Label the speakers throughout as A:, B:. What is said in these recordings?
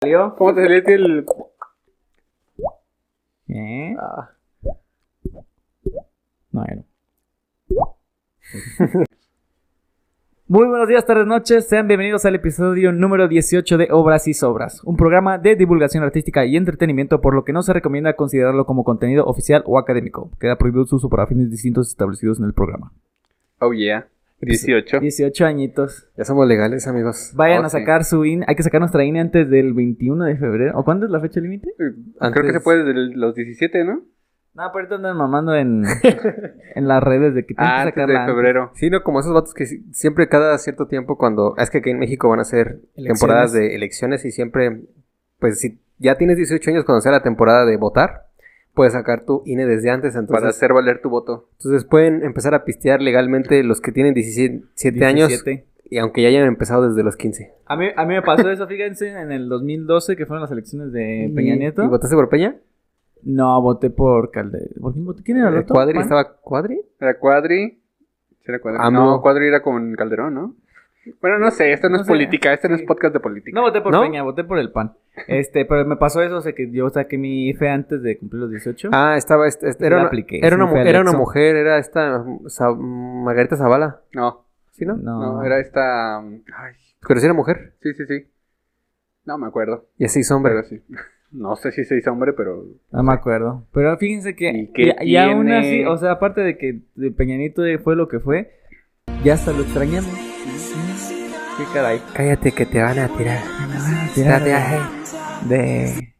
A: salió?
B: ¿Cómo te salió a ti el.?
C: ¿Eh?
A: Ah,
C: No era. Muy buenos días, tardes, noches. Sean bienvenidos al episodio número 18 de Obras y Sobras, un programa de divulgación artística y entretenimiento, por lo que no se recomienda considerarlo como contenido oficial o académico. Queda prohibido su uso para fines distintos establecidos en el programa.
B: Oh, yeah. 18.
C: 18 añitos.
A: ya somos legales, amigos.
C: Vayan
B: Oh,
C: a
B: sí.
C: sacar su IN. Hay que sacar nuestra IN antes del 21 de febrero. ¿O cuándo es la fecha límite?
B: Eh, Creo que
A: Antes-
B: se puede desde los 17, ¿no?
C: No, pero ahorita andan mamando en, en las redes de que tienen
B: Ah,
C: que
B: antes
C: sacarla
B: de febrero.
A: Sí, no, como esos vatos que si- siempre cada cierto tiempo cuando... Es que aquí en México van a ser
C: Elecciones.
A: temporadas de elecciones y siempre... Pues si ya tienes 18 años cuando sea la temporada de votar, puedes sacar tu INE desde antes.
B: Para
A: Entonces,
B: hacer valer tu voto.
A: entonces pueden empezar a pistear legalmente los que tienen 17 años
C: 17.
A: y aunque ya hayan empezado desde los 15.
C: A mí, a mí me pasó eso, fíjense, en el 2012, que fueron las elecciones de
A: ¿Y-
C: Peña Nieto.
A: ¿Y votaste por Peña?
C: No, voté por Calderón. ¿Por quién voté? ¿Quién era el
A: Eh,
C: otro?
A: ¿Cuadri
C: ¿Pan?
A: estaba Cuadri?
B: ¿Era Cuadri? ¿Sí ¿Era Cuadri?
A: AMLO.
B: No, Cuadri era con Calderón, ¿no? Bueno, no sé, esto no,
C: No
B: es
C: sé.
B: política, este no es
C: Sí.
B: podcast de política.
C: No voté por
A: ¿No?
C: Peña, voté por el PAN. Este, pero me pasó eso, o sea, que yo saqué mi IFE antes de cumplir los 18.
A: Ah, estaba... este- este- era,
C: la
A: una,
C: apliqué,
A: era,
C: sí,
A: una, mu-
C: fue al
A: era una
C: Oxxo.
A: mujer, era esta Sa- Margarita Zavala,
B: No,
A: ¿sí no?
C: no.
B: no, era esta. um, Ay,
A: Pero sí era mujer
B: sí, sí, sí. No me acuerdo,
A: y así hizo hombre.
B: pero sí. No sé si se hizo hombre, pero.
C: No me acuerdo. Pero fíjense
B: ¿Y
C: que.
B: qué
C: Y, y aún
B: tiene?
C: así, o sea, aparte de que de Peñanito fue lo que fue, ya hasta lo extrañamos. Qué caray.
A: Cállate que te van a tirar. Date aje.
C: de.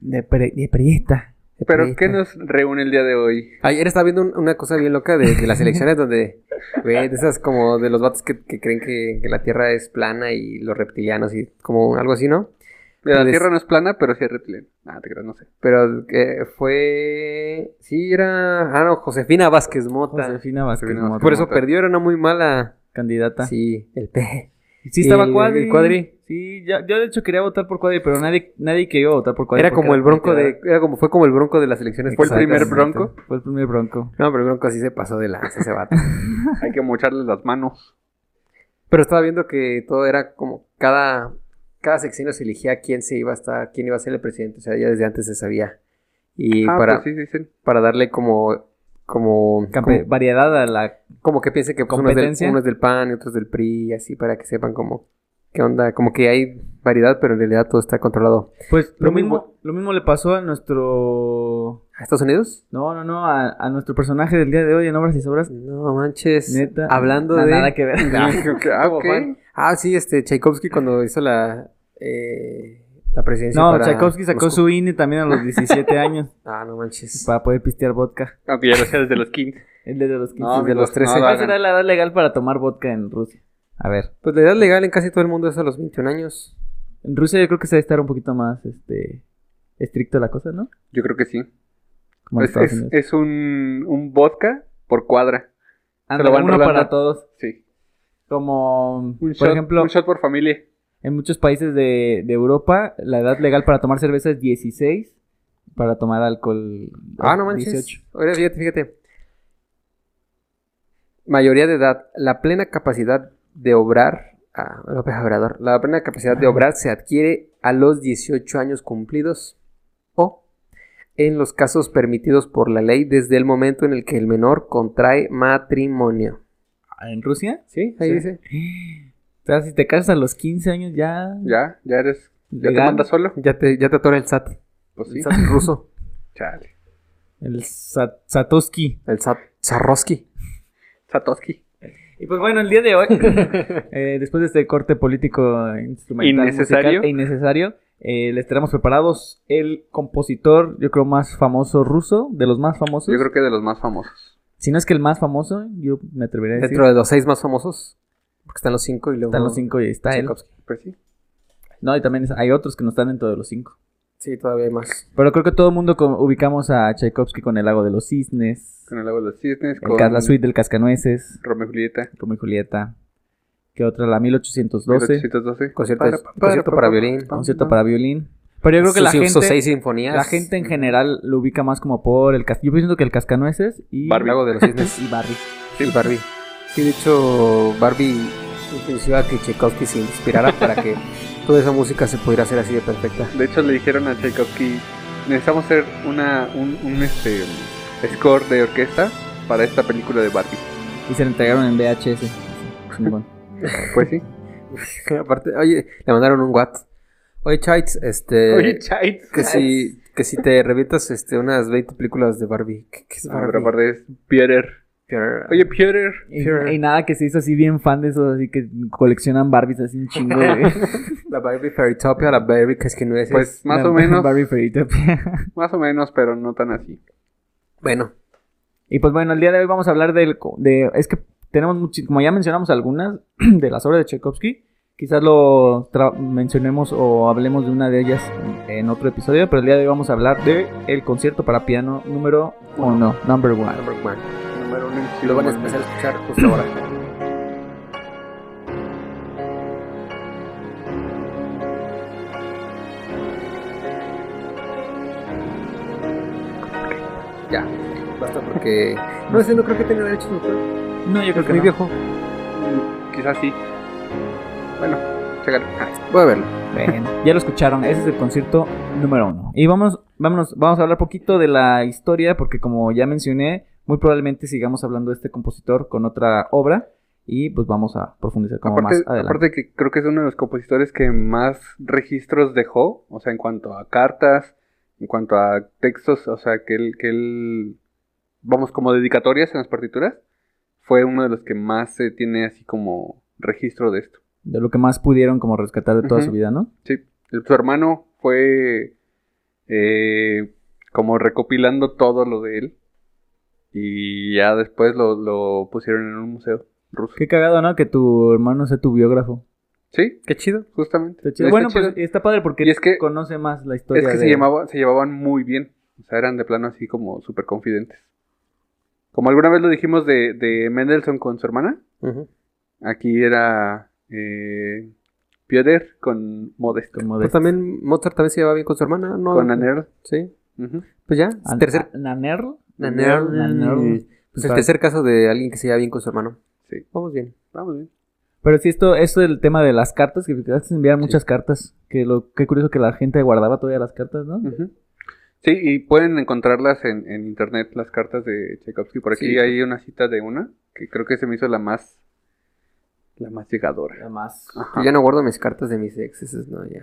C: de, pre- de periodista.
B: ¿Pero qué nos reúne el día de hoy?
A: Ayer estaba viendo un- una cosa bien loca de, de las elecciones donde, güey, de esas como de los vatos que, que creen que, que la Tierra es plana y los reptilianos y como algo así, ¿no?
B: La
C: Pues-
A: Les-
B: tierra no es plana, pero sí es reptiliana. Ah, te creas, no sé.
A: Pero que fue... Sí, era... Ah, no, Josefina Vázquez Mota.
C: Josefina Vázquez
B: Josefina
C: Mota,
A: Por eso
B: Mota.
A: perdió, era una muy mala...
C: candidata. Sí,
A: Sí, el P.
C: estaba
A: el-
C: Cuadri.
A: el Cuadri.
C: Sí, ya- yo de hecho quería votar por Cuadri, pero nadie, nadie quería votar por Cuadri.
A: Era
C: porque
A: como el bronco
C: porque
A: de... Era como, fue como el bronco de las elecciones.
B: Fue el primer
A: pasadas.
B: bronco.
C: era- Fue el primer bronco.
A: No, pero el bronco sí se pasó de lanza ese vato.
B: Hay que mocharles las manos.
A: Pero estaba viendo que todo era como cada, cada sexenio se elegía quién se iba a estar, quién iba a ser el presidente. O sea, ya desde antes se sabía. Y
B: ah,
A: para,
B: pues sí, dicen.
A: para darle como, como,
C: Campe-
A: como,
C: variedad a la.
A: como que piense que pues, uno, es del,
C: competencia.
A: uno es del PAN y otro es del PRI, y así para que sepan como qué onda, como que hay variedad, pero en realidad todo está controlado.
C: Pues
A: Pero
C: lo
A: muy
C: mismo, lo mismo le pasó a nuestro.
A: ¿A Estados Unidos?
C: No, no, no, a, a nuestro personaje del día de hoy en Obras y Sobras.
A: No manches.
C: Neta.
A: Hablando
C: na-
A: de.
C: Nada que ver.
B: Ah, ok.
A: Ah, sí, este Tchaikovsky cuando hizo la, eh, la presidencia.
C: No,
A: para
C: Tchaikovsky sacó
A: Moscú.
C: su INE también a los 17 años
A: Ah, no manches.
C: para poder pistear vodka.
B: Aunque ya lo hacía desde los 15.
C: El de los 15.
B: No,
A: de los
B: amigos,
A: 13.
B: no lo
C: ¿Cuál
B: hagan.
C: será la edad legal para tomar vodka en Rusia? A ver.
A: Pues la edad legal en casi todo el mundo es a los 21 años.
C: En Rusia yo creo que se debe estar un poquito más este estricto la cosa, ¿no?
B: Yo creo que sí.
C: Como en
B: Es,
C: Estados
B: es-
C: Unidos.
B: es un, un vodka por cuadra.
C: Ándale,
B: van
C: uno
B: rolando.
C: para todos.
B: Sí.
C: Como,
B: Un
C: por
B: shot,
C: ejemplo,
B: un shot por familia.
C: en muchos países de, de Europa, la edad legal para tomar cerveza es 16, para tomar alcohol
A: Ah, no manches.
C: 18.
A: Ahora fíjate, fíjate. Mayoría de edad. La plena capacidad de obrar. Ah, López Obrador. La plena capacidad de obrar se adquiere a los 18 años cumplidos o en los casos permitidos por la ley desde el momento en el que el menor contrae matrimonio.
C: ¿En Rusia?
A: ¿Sí? Ahí
B: Sí.
A: dice.
C: O sea, si te casas a los 15 años ya...
B: Ya, ya eres. Ya te
C: legal.
B: mandas solo.
A: Ya te, ya te atora el SAT.
B: Pues sí.
A: El SAT ruso.
B: Chale.
C: El Sa- Satoshi.
A: El SAT Zarroski.
B: Satoshi.
C: Y pues bueno, el día de hoy, eh, después de este corte político instrumental,
B: Innecesario.
C: musical e innecesario, eh, les tenemos preparados el compositor, yo creo, más famoso ruso, de los más famosos.
B: Yo creo que de los más famosos.
C: Si no es que el más famoso, yo me atrevería a decir.
A: Dentro de los seis más famosos. Porque están los cinco y luego.
C: están los cinco y está él.
A: Tchaikovsky.
B: Pues sí.
C: No, y también es- hay otros que no están dentro de los cinco.
A: Sí, todavía hay más.
C: Pero creo que todo el mundo co- ubicamos a Tchaikovsky con el lago de los cisnes,
B: Con el lago de los cisnes.
C: el
B: con
C: Ca- la suite del cascanueces,
B: Romeo y Julieta.
C: Romeo y Julieta. ¿Qué otra? La 1812,
B: 1812.
A: Concierto-
B: Para, para,
A: concierto para violín.
C: concierto para violín. Pero yo creo que la
A: Sus- sus
C: gente...
A: seis sinfonías.
C: La gente en general lo ubica más como por el cas- Yo pienso que el cascanueces y
A: El lago de los cisnes.
C: y Barbie.
A: y Barbie. Sí, de hecho, Barbie influenció a que Tchaikovsky se inspirara para que Toda esa música se pudiera hacer así de perfecta.
B: De hecho, le dijeron a Tchaikovsky, necesitamos hacer una, un, un, este, score de orquesta para esta película de Barbie.
C: Y se lo entregaron en VHS. Chingón.
B: Pues sí.
A: Aparte, oye, le mandaron un what. Oye, Chites, este.
B: Oye, Chites.
A: que si, que si te revientas este, unas 20 películas de Barbie. ¿Qué, qué es
B: Ah,
A: Barbie?
B: pero aparte es Pieter.
A: Pero-
B: Oye, Pieter.
C: Y, y nada, que se hizo así bien fan de eso, así que coleccionan Barbies así un chingo de...
A: la Barbie Fairytopia, la Barbie que es que no es.
B: Pues más
C: la-
B: o menos,
C: Barbie Fairytopia.
B: más o menos, pero no tan así.
A: bueno,
C: Y pues bueno, el día de hoy vamos a hablar del... co- De, es que tenemos, muchi- como ya mencionamos algunas de las obras de Tchaikovsky, quizás lo tra- mencionemos o hablemos de una de ellas en, en otro episodio, pero el día de hoy vamos a hablar de el concierto para piano número uno, number one.
A: number one.
B: Número uno en sí,
A: Lo van a
B: bueno.
A: empezar a escuchar justo ahora. Ya, basta porque. No sé, no creo que tenga derechos de autor.
C: No, yo creo
A: Muy viejo.
B: Mm, Quizás sí. Bueno, chécalo. Ah,
A: Voy a verlo.
C: Bueno, ya lo escucharon, ese es el concierto número uno. Y vamos, vámonos, vamos a hablar poquito de la historia, porque como ya mencioné, muy probablemente sigamos hablando de este compositor con otra obra. Y pues vamos a profundizar como
B: Aparte,
C: más adelante.
B: aparte que creo que es uno de los compositores que más registros dejó, o sea, en cuanto a cartas, en cuanto a textos, o sea, que él, que él vamos, como dedicatorias en las partituras, fue uno de los que más se tiene así como registro de esto.
C: De lo que más pudieron como rescatar de toda
B: Ujú.
C: su vida, ¿no?
B: Sí, El- su hermano fue eh, como recopilando todo lo de él y ya después lo, lo pusieron en un museo ruso.
C: Qué cagado, ¿no? Que tu hermano sea tu biógrafo.
B: Sí,
A: Qué chido.
B: justamente.
C: Está chido.
B: Está
C: Bueno,
B: chido.
C: pues está padre porque
B: Y es que-
C: conoce más la historia.
B: Es que se,
C: de-
B: llamaba- se llevaban muy bien. O sea, eran de plano así como súper confidentes. Como alguna vez lo dijimos de, de Mendelssohn con su hermana, aquí era eh, Piotr con Modest. Con,
C: Como de...
A: Pues también Mozart también se llevaba bien con su hermana, ¿no?
B: Aner.
A: Sí. Pues ya,
C: An- Ah,
A: tercer.
C: a- Nanerl.
A: Nanerl.
C: Nanerl.
A: Pues el tercer caso de alguien que se lleva bien con su hermano.
B: Sí,
A: Vamos bien.
B: vamos bien.
C: Pero sí, esto, esto del tema de las cartas, que te enviar muchas cartas. Que lo, qué curioso que la gente guardaba todavía las cartas, ¿no?
B: Ujú. Sí, y pueden encontrarlas en, en internet, las cartas de Tchaikovsky. Por aquí
A: Sí.
B: hay una cita de una que creo que se me hizo la más, la más llegadora.
C: Además.
A: Yo Pues ya no guardo mis cartas de mis exes, no, ya.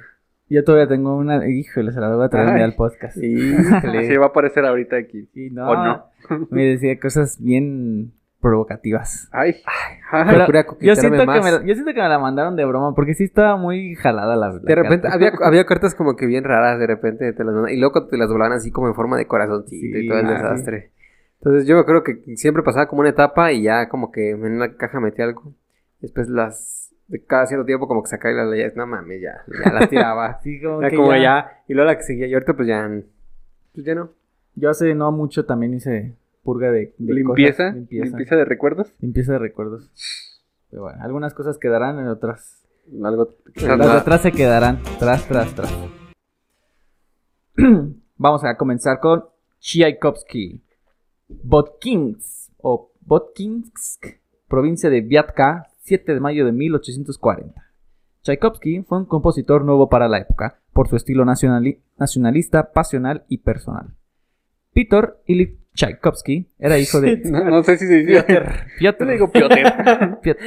C: Yo todavía tengo una. Híjole, se la voy a traer un día
B: Ay.
C: al podcast.
B: Así va a aparecer ahorita aquí.
C: Y
B: ¿O no?
C: Me decía cosas bien provocativas.
B: Ay, ay.
C: Pero
A: Procura
C: yo siento,
A: coquetearme
C: que
A: más.
C: me, la- yo siento que me la mandaron de broma porque sí estaba muy jalada la la
A: De repente,
C: carta.
A: había, había cartas como que bien raras, de repente te las mandaban, y luego te las volaban así como en forma de corazoncito
C: Sí,
A: y todo el
C: ah, sí.
A: desastre. Entonces yo creo que siempre pasaba como una etapa y ya como que en una caja metía algo. Después las, de cada cierto tiempo como que sacaba y las leía, no mames, ya, ya las tiraba.
C: Sí, como
A: Ya
C: que
A: como
C: ya-
A: ya, y luego la que seguía, y ahorita pues ya, pues ya no.
C: Yo hace no mucho también hice purga de, de
B: ¿Limpieza?
C: cosas, limpieza. Limpieza.
B: ¿Limpieza de recuerdos?
C: de recuerdos. Pero bueno, algunas cosas quedarán en otras.
B: Algo.
C: Las de atrás se quedarán. Tras, tras, tras. Vamos a comenzar con Tchaikovsky. Botkinsk o Botkinsk, provincia de Viatka, 7 de mayo de 1840. Tchaikovsky fue un compositor nuevo para la época, por su estilo nacionali- nacionalista, pasional y personal. Piotr Ilyich Tchaikovsky era hijo de
B: No, no sé si se dice.
C: Piotr. Piotr.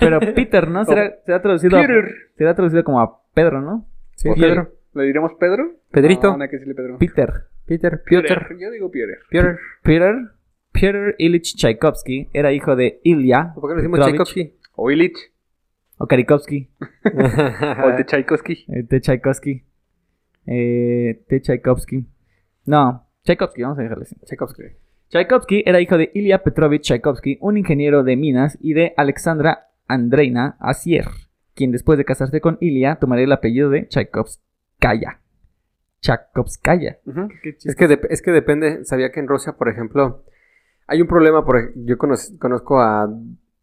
C: Pero Peter, ¿no? Será,
A: Oh.
C: será traducido a-
B: Peter.
C: será traducido como a Pedro, ¿no?
A: Sí,
B: Ok.
A: Pedro,
B: ¿Le diremos Pedro?
A: Pedrito,
B: No, no hay que decirle Pedro.
C: Peter.
A: Peter, Peter,
B: Yo digo Peter.
A: Peter.
C: Peter, Peter Ilich Tchaikovsky era hijo de Ilya
A: ¿Por qué le decimos
C: Petrovich
A: Tchaikovsky?
B: O Illich.
C: o Karikovsky,
B: O de Tchaikovsky.
C: eh, de Tchaikovsky, eh, de Tchaikovsky. No, Tchaikovsky, vamos a dejarle así.
A: Tchaikovsky.
C: Tchaikovsky era hijo de Ilya Petrovich Tchaikovsky, un ingeniero de minas, y de Alexandra Andreina Asier, quien después de casarse con Ilya tomaría el apellido de Tchaikovskaya. Tchaikovskaya.
B: Ujú.
A: Es que, dep- es que depende, sabía que en Rusia, por ejemplo, hay un problema, por, ej- yo conoz- conozco a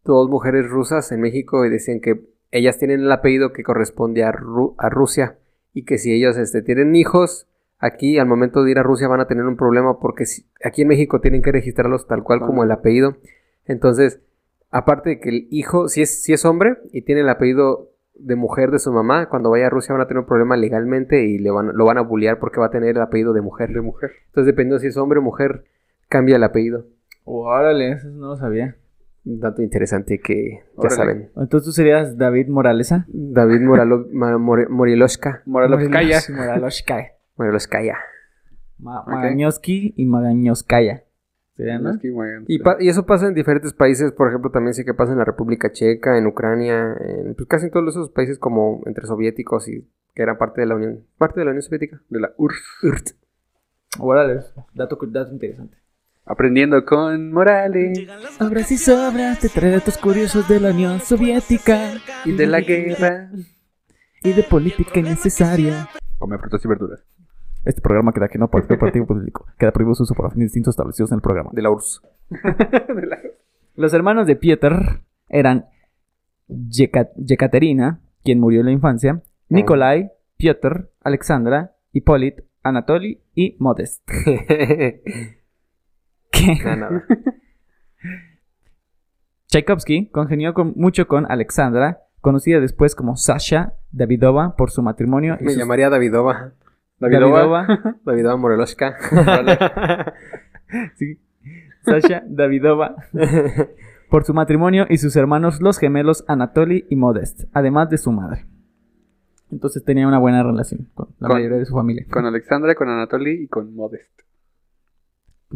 A: dos mujeres rusas en México y decían que ellas tienen el apellido que corresponde a, Ru- a Rusia y que si ellos este, tienen hijos aquí al momento de ir a Rusia van a tener un problema porque si- aquí en México tienen que registrarlos tal cual como el apellido. Entonces, aparte de que el hijo, si es, si es hombre y tiene el apellido de mujer de su mamá, cuando vaya a Rusia van a tener un problema legalmente y le van, lo van a bullear porque va a tener el apellido de mujer.
B: de mujer.
A: Entonces, dependiendo si es hombre o mujer, cambia el apellido.
C: Órale, eso no lo sabía.
A: Un dato interesante que ya
B: Órale.
A: saben.
C: Entonces tú serías David Moralesa.
A: David Moralo, Ma- More- Moriloshka.
B: Moralovskaya.
C: Morilos- Moraloshkaya.
A: Moriloshkaya.
C: Ma-
B: Ok.
C: Magañoski y Magañoskaya. Serían, ¿no?
B: Moralovsky, bueno,
A: Y,
B: sí.
A: pa- y eso pasa en diferentes países, por ejemplo, también sé que pasa en la República Checa, en Ucrania, en pues, casi en todos esos países como entre soviéticos y que eran parte de la Unión, parte de la Unión Soviética.
B: de la URSS.
C: Órale, dato, cu- dato interesante.
B: Aprendiendo con Morales.
C: Obras y sobras te trae datos curiosos de la Unión Soviética
B: Y de la guerra.
C: y de política innecesaria.
B: Come frutas y verduras.
C: Este programa queda que no por el partido público. Queda prohibido su uso para fines distintos establecidos en el programa.
A: De la URSS.
B: De la-
C: Los hermanos de Pieter eran Yeka- Yekaterina, quien murió en la infancia, Nikolai, Piotr, Alexandra, Hippolyt, Anatoly y Modest. Que
A: Nada, nada.
C: Tchaikovsky congenió con- mucho con Alexandra, conocida después como Sasha Davidova por su matrimonio y
A: Me
C: sus-
A: llamaría Davidova.
B: Davidova.
A: Davidova Moriloshka.
C: Sí. Sasha Davidova. Por su matrimonio y sus hermanos, los gemelos Anatoly y Modest, además de su madre. Entonces tenía una buena relación con la
B: Con-
C: mayoría de su familia.
B: Con Alexandra, con Anatoly y con Modest.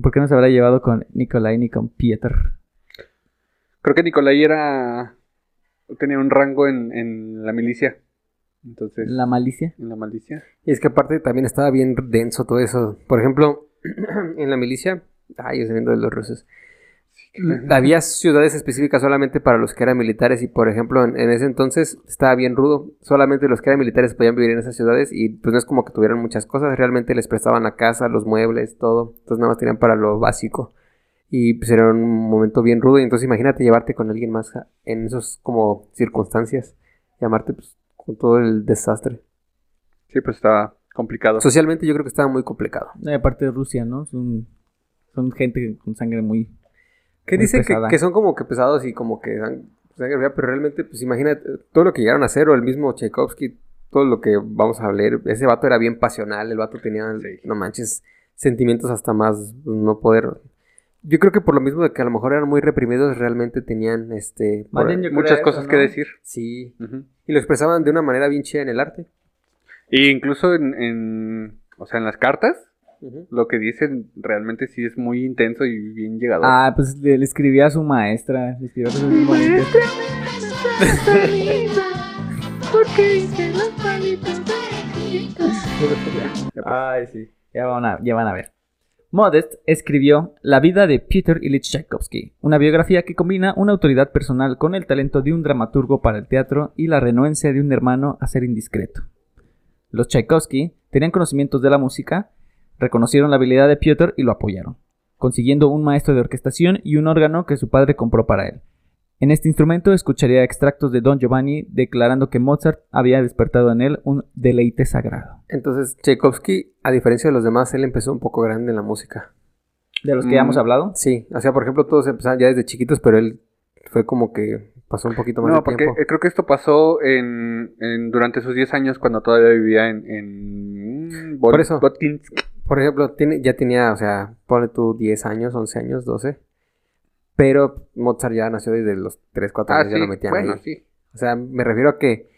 C: ¿Por qué no se habrá llevado con Nikolai ni con Pieter?
B: Creo que Nicolai era. tenía un rango en, en la milicia. Entonces.
C: La malicia.
B: En la milicia.
A: Y es que aparte también estaba bien denso todo eso. Por ejemplo, en la milicia, ay, yo saliendo de los rusos, había ciudades específicas solamente para los que eran militares y, por ejemplo, en, en ese entonces estaba bien rudo. Solamente los que eran militares podían vivir en esas ciudades y pues no es como que tuvieran muchas cosas. Realmente les prestaban la casa, los muebles, todo. Entonces nada más tenían para lo básico. Y pues era un momento bien rudo. Y entonces imagínate llevarte con alguien más a- en esos como circunstancias. Llamarte pues con todo el desastre.
B: Sí, pues estaba complicado.
A: Socialmente yo creo que estaba muy complicado.
C: No, y aparte de Rusia, ¿no? Son, son gente con sangre muy...
A: Que
C: Muy
A: dicen que,
C: pesada.
A: que son como que pesados y como que dan sangre fría, pero realmente, pues imagínate eh, todo lo que llegaron a hacer, o el mismo Tchaikovsky, todo lo que vamos a leer. Ese vato era bien pasional, el vato tenía,
B: Sí.
A: no manches, sentimientos hasta más pues, no poder. Yo creo que por lo mismo de que a lo mejor eran muy reprimidos, realmente tenían este.
C: Más
A: por-
C: bien yo creo
B: Muchas
C: eso,
B: cosas
C: ¿no?
B: que decir.
A: Sí.
B: Ujú.
A: Y lo expresaban de una manera bien chida en el arte.
B: Y incluso en, en- O sea, en las cartas. Lo que dicen realmente sí es muy intenso y bien llegador.
C: Ah, pues le, le escribía a su maestra. Le escribía cosas muy bonitas.
D: Porque hice las palitas de
C: Ay, sí. Ya van, a, ya van a ver. Modest escribió La vida de Peter Ilich Tchaikovsky, una biografía que combina una autoridad personal con el talento de un dramaturgo para el teatro y la renuencia de un hermano a ser indiscreto. Los Tchaikovsky tenían conocimientos de la música, reconocieron la habilidad de Peter y lo apoyaron, consiguiendo un maestro de orquestación y un órgano que su padre compró para él. En este instrumento escucharía extractos de Don Giovanni declarando que Mozart había despertado en él un deleite sagrado.
A: Entonces, Tchaikovsky, a diferencia de los demás, él empezó un poco grande en la música.
C: De los que ya hemos
B: Mm.
C: hablado.
A: Sí, o sea, por ejemplo, todos empezaban ya desde chiquitos, pero él fue como que pasó un poquito más
B: No,
A: de
B: porque
A: tiempo.
B: eh, creo que esto pasó en, en- durante sus 10 años cuando todavía vivía en, en Bot-
A: Por eso.
B: Botinsk.
A: Por ejemplo, tiene, ya tenía, o sea, ponle tú 10 años, 11 años, 12. Pero Mozart ya nació desde los 3, 4
B: Ah,
A: años,
B: sí.
A: ya lo metían
B: Bueno,
A: ahí.
B: sí.
A: O sea, me refiero a que.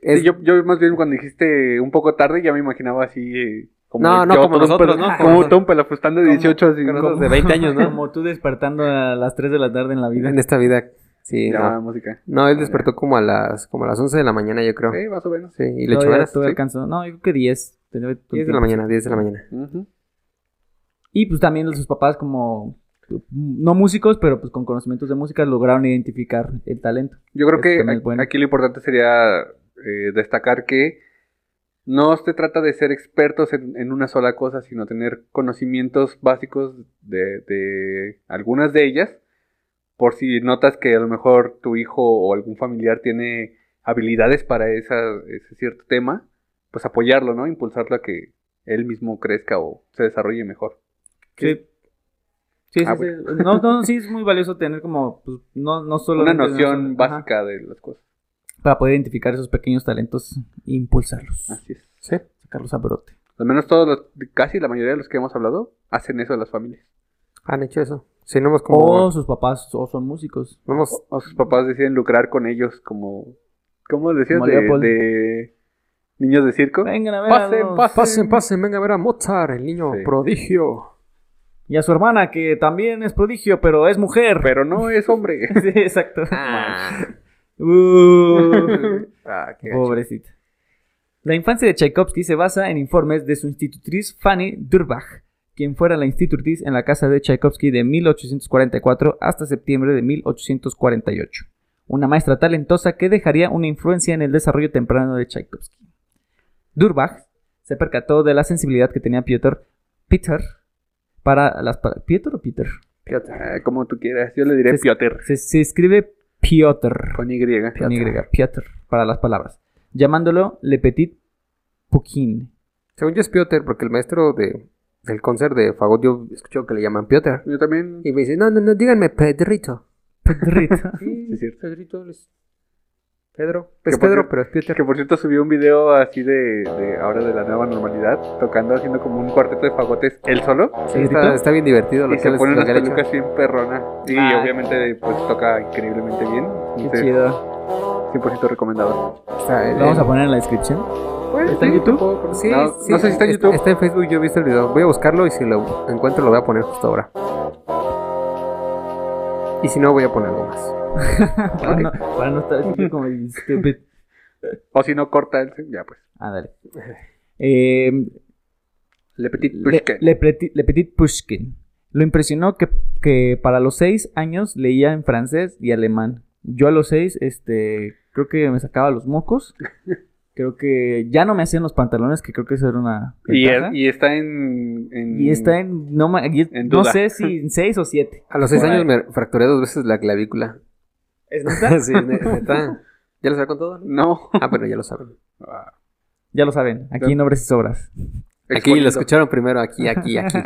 A: es-
B: Sí, yo, yo más bien cuando dijiste un poco tarde ya me imaginaba así eh, como
A: No, no,
B: yo
A: como
B: todo un
A: nosotros,
B: pela-
A: ¿no? Como
B: Como
A: nosotros.
B: todo un pelafustán de 18 así
A: nosotros
B: como
A: de 20 años, ¿no?
C: Como tú despertando a las 3 de la tarde en la vida.
A: en esta vida, sí,
B: llamaba
A: no.
B: música.
A: No, él despertó como a las como a las 11 de la mañana, yo creo.
B: Sí, más o menos.
A: Sí, y le echó
C: Todavía
A: ganas.
C: estuve
A: sí.
C: alcanzando. No, yo creo que 10. tenía tu
A: 10 de la
C: tiempo.
A: mañana, 10 de la mañana.
B: Ujú.
C: Y pues también sus papás como... No músicos, pero pues con conocimientos de música lograron identificar el talento.
B: Yo creo
C: Eso
B: que
C: también es
B: aquí,
C: bueno.
B: aquí lo importante sería eh, destacar que no se trata de ser expertos en, en una sola cosa, sino tener conocimientos básicos de, de algunas de ellas, por si notas que a lo mejor tu hijo o algún familiar tiene habilidades para esa- ese cierto tema, pues apoyarlo, ¿no? Impulsarlo a que él mismo crezca o se desarrolle mejor.
C: Sí. Sí, sí,
B: Ah,
C: sí. No, no, sí, es muy valioso tener como, pues, no, no solo...
B: Una noción básica de las cosas.
C: para poder identificar esos pequeños talentos e impulsarlos,
A: Ah,
B: Así es.
A: Sí.
C: sacarlos a brote.
B: Al menos todos, los- casi la mayoría de los que hemos hablado hacen eso de las familias.
A: Han hecho eso. Si
C: Oh,
A: no hemos como.
C: O sus papás o son músicos.
A: no hemos-
B: O sus papás deciden lucrar con ellos como... ¿Cómo decías?
C: Como
B: De,
C: Leopoldo.
B: de niños de circo.
C: Vengan a ver. a
A: Pasen,
C: los-
A: pasen, pasen, venga a ver a Mozart, el niño
B: Sí.
A: prodigio.
C: Y a su hermana, que también es prodigio, pero es mujer.
B: Pero no es hombre.
C: Sí, exacto. Uh,
A: Ah, qué gacho.
C: pobrecita. La infancia de Tchaikovsky se basa en informes de su institutriz Fanny Durbach, quien fuera la institutriz en la casa de Tchaikovsky de 1844 hasta septiembre de 1848. Una maestra talentosa que dejaría una influencia en el desarrollo temprano de Tchaikovsky. Durbach se percató de la sensibilidad que tenía Piotr Peter para las... pa- ¿Piotr o Peter?
B: Ah, como tú quieras. Yo le diré
C: Es-
B: Piotr.
C: Se, se escribe Piotr.
B: Con Y.
C: con Y, Piotr, para las palabras, llamándolo Le Petit Pouquin.
A: Según yo es Piotr, porque el maestro de, del concert de Fagot yo escucho que le llaman Piotr.
B: Yo también...
A: Y me dice, no, no, no, díganme Pedrito.
C: Pedrito.
A: Sí,
B: es cierto.
A: Pedrito es Pedro.
B: Que
A: Es
B: por
A: Pedro,
B: cierto-
A: pero es Piotr.
B: Que por cierto subió un video así de, de ahora de la nueva normalidad, tocando, haciendo como un cuarteto de fagotes él solo.
A: Sí, está, está bien divertido lo
B: Y
A: que
B: se
A: les-
B: pone
A: lo
B: unas
A: que le he hecho.
B: pelucas bien perronas. Y
C: Ah.
B: obviamente pues toca increíblemente bien.
C: Qué
B: Entonces,
C: chido.
B: 100% recomendado.
A: Está-
C: Lo vamos a poner en la descripción. ¿Está en
B: sí,
C: YouTube?
B: tampoco-
A: Sí,
B: no,
A: sí,
B: no sé si está en YouTube.
A: Está en Facebook, yo he visto el video. Voy a buscarlo y si lo encuentro lo voy a poner justo ahora. Y si no, voy a poner algo más.
C: Para no, para no estar así como el stupid.
B: O si no corta él, ya pues.
C: Ándale. Eh,
B: Le pues, Petit
C: Le,
B: Pushkin.
C: Le Petit, Le Petit Pushkin. Lo impresionó que, que para los seis años leía en francés y alemán. Yo a los seis, este, creo que me sacaba los mocos. Creo que ya no me hacían los pantalones, que creo que eso era una.
B: y, es-
C: ventaja.
B: y está en, en-
C: Y está en. No, ma- y-
B: Mm. En
C: no
B: duda.
C: sé si en 6 o 7.
A: A los 6
B: Por
A: años
B: ahí.
A: me fracturé dos veces la clavícula.
C: ¿Es
A: sí, ne- neta. ¿Ya lo saben con todo?
B: No.
A: Ah, pero ya lo saben.
B: Ah,
C: Ya lo saben, aquí en Obras y Sobras.
A: Aquí lo
B: exponiendo.
A: escucharon primero, aquí, aquí, aquí.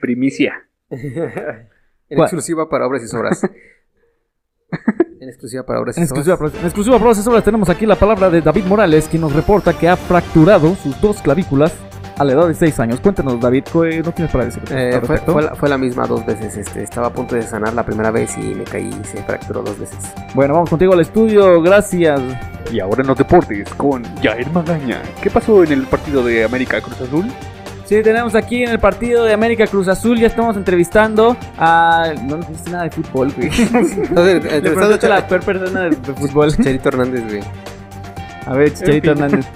B: Primicia.
A: En
C: ¿Cuál?
A: exclusiva para obras y sobras. en exclusiva para obras y
C: En exclusiva,
A: sobras.
C: en exclusiva Obras y Sobras tenemos aquí la palabra de David Morales, quien nos reporta que ha fracturado sus dos clavículas a la edad de 6 años. Cuéntanos, David, ¿qué no tienes para decir?
A: Eh,
C: al
A: fue,
C: respecto?
A: fue la, fue la misma dos veces. Este, estaba a punto de sanar la primera vez y me caí y se fracturó dos veces.
C: Bueno, vamos contigo al estudio, gracias.
B: Y ahora en los deportes con Jair Magaña. ¿Qué pasó en el partido de América Cruz Azul?
C: Sí, tenemos aquí en el partido de América Cruz Azul, ya estamos entrevistando a... No, no dice nada de fútbol, güey.
A: Entonces,
C: Le preguntaste a la peor persona de, de fútbol.
A: Cherito Hernández, güey.
C: A ver, Chicharito
B: En fin.
C: Hernández.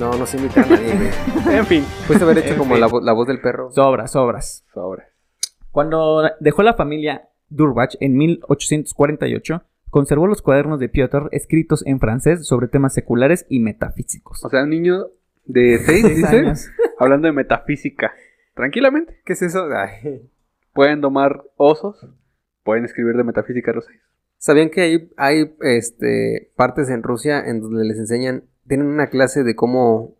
A: No, no se invita a nadie, güey.
B: En fin.
A: Puedes haber hecho
B: En
A: como
B: fin.
A: la, vo- la voz del perro.
C: Sobras, sobras.
B: Pues, Ahora.
C: Cuando dejó la familia Durbach en 1848, conservó los cuadernos de Piotr escritos en francés sobre temas seculares y metafísicos.
B: O sea, un niño de 6,
C: Seis
B: dice,
C: años.
B: hablando de metafísica. Tranquilamente.
A: ¿Qué es eso? Ay.
B: Pueden domar osos, pueden escribir de metafísica los seis.
A: ¿Sabían que hay, hay este, partes en Rusia en donde les enseñan, tienen una clase de cómo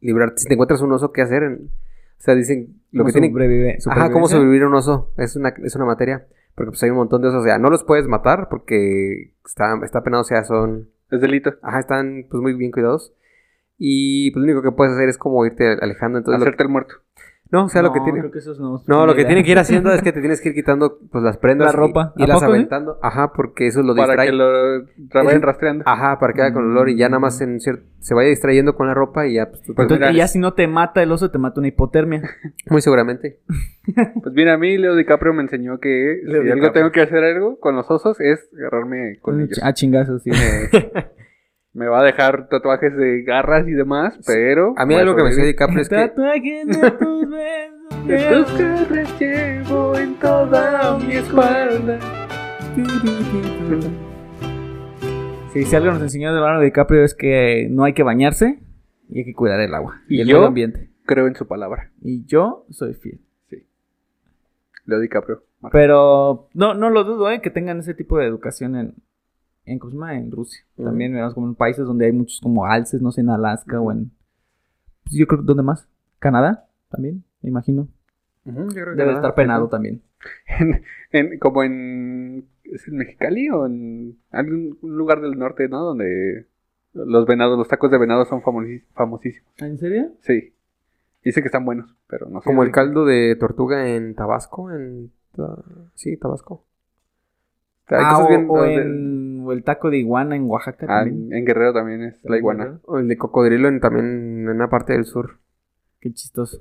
A: librarte? Si te encuentras un oso, ¿qué hacer? En- o sea, dicen lo
C: ¿Cómo
A: que tienen...
C: sobrevive-
A: Ajá, cómo
C: supervivencia?
A: sobrevivir a un oso. Es una, es una materia. Porque pues hay un montón de osos. O sea, no los puedes matar porque está, está penado. O sea, son...
B: Es delito.
A: Ajá, están pues muy bien cuidados. Y pues lo único que puedes hacer es como irte alejando. Entonces, lo-
B: Hacerte el muerto.
A: no, o sea, lo que
C: No,
A: tiene...
C: creo que esos no.
A: No, lo que
C: Mira.
A: tiene que ir haciendo es que te tienes que ir quitando pues las prendas.
C: La ropa.
A: Y, y
C: ¿A
A: las
C: poco, sí?
A: aventando. Ajá, porque eso lo distrae.
B: Para que lo tra- vayan
A: Es- Ah.
B: rastreando.
A: Ajá, para que haga con olor y ya nada más en cier- se vaya distrayendo con la ropa y ya pues, tú-
B: Pues
A: tú-
C: Entonces,
B: mira.
C: y ya si no te mata el oso, te mata una hipotermia.
A: muy seguramente.
B: Pues mira, a mí Leo DiCaprio me enseñó que si
A: Leo
B: algo
A: DiCaprio. Ah.
B: tengo que hacer algo con los osos es agarrarme con ellos.
C: A Ah, chingazos, sí.
B: Eh, me va a dejar tatuajes de garras y demás, pero... pues,
A: A mí
B: voy
A: algo que me enseñó
B: sobrevivir.
A: DiCaprio es
C: Tatuajes
A: que
C: de tus
B: Tus
C: besos, de-
B: garras llevo en toda mi espalda.
C: Sí, si algo nos enseñó de Leonardo DiCaprio es que no hay que bañarse y hay que cuidar el agua y,
B: ¿Y
C: el
B: yo?
C: medio ambiente.
B: Creo en su palabra,
C: Y yo soy fiel.
B: Leo DiCaprio.
C: Pero no, no lo dudo, ¿eh? Que tengan ese tipo de educación en, en, ¿cómo se llama? en Rusia.
A: Ujú.
C: También veamos como en países donde hay muchos como alces, no sé, en Alaska o en... pues, yo creo que ¿dónde más? ¿Canadá? También, me imagino.
B: Ujú, yo creo que
C: Debe
B: nada.
C: estar penado también.
B: En- en- como en, ¿es en Mexicali o en algún lugar del norte, ¿no? Donde los venados, los tacos de venado son famosi- famosísimos.
C: ¿En serio?
B: Sí. Dice que están buenos, pero no sé.
A: Como el caldo de tortuga en Tabasco, en... Ta- Sí, Tabasco.
B: Hay
C: Ah,
B: cosas
C: o,
B: bien
C: o
B: donde-
C: en, o el taco de iguana en Oaxaca
B: Ah,
C: también.
B: en, en Guerrero también es la iguana.
A: O el de cocodrilo en, también en una parte del sur.
C: Qué chistoso.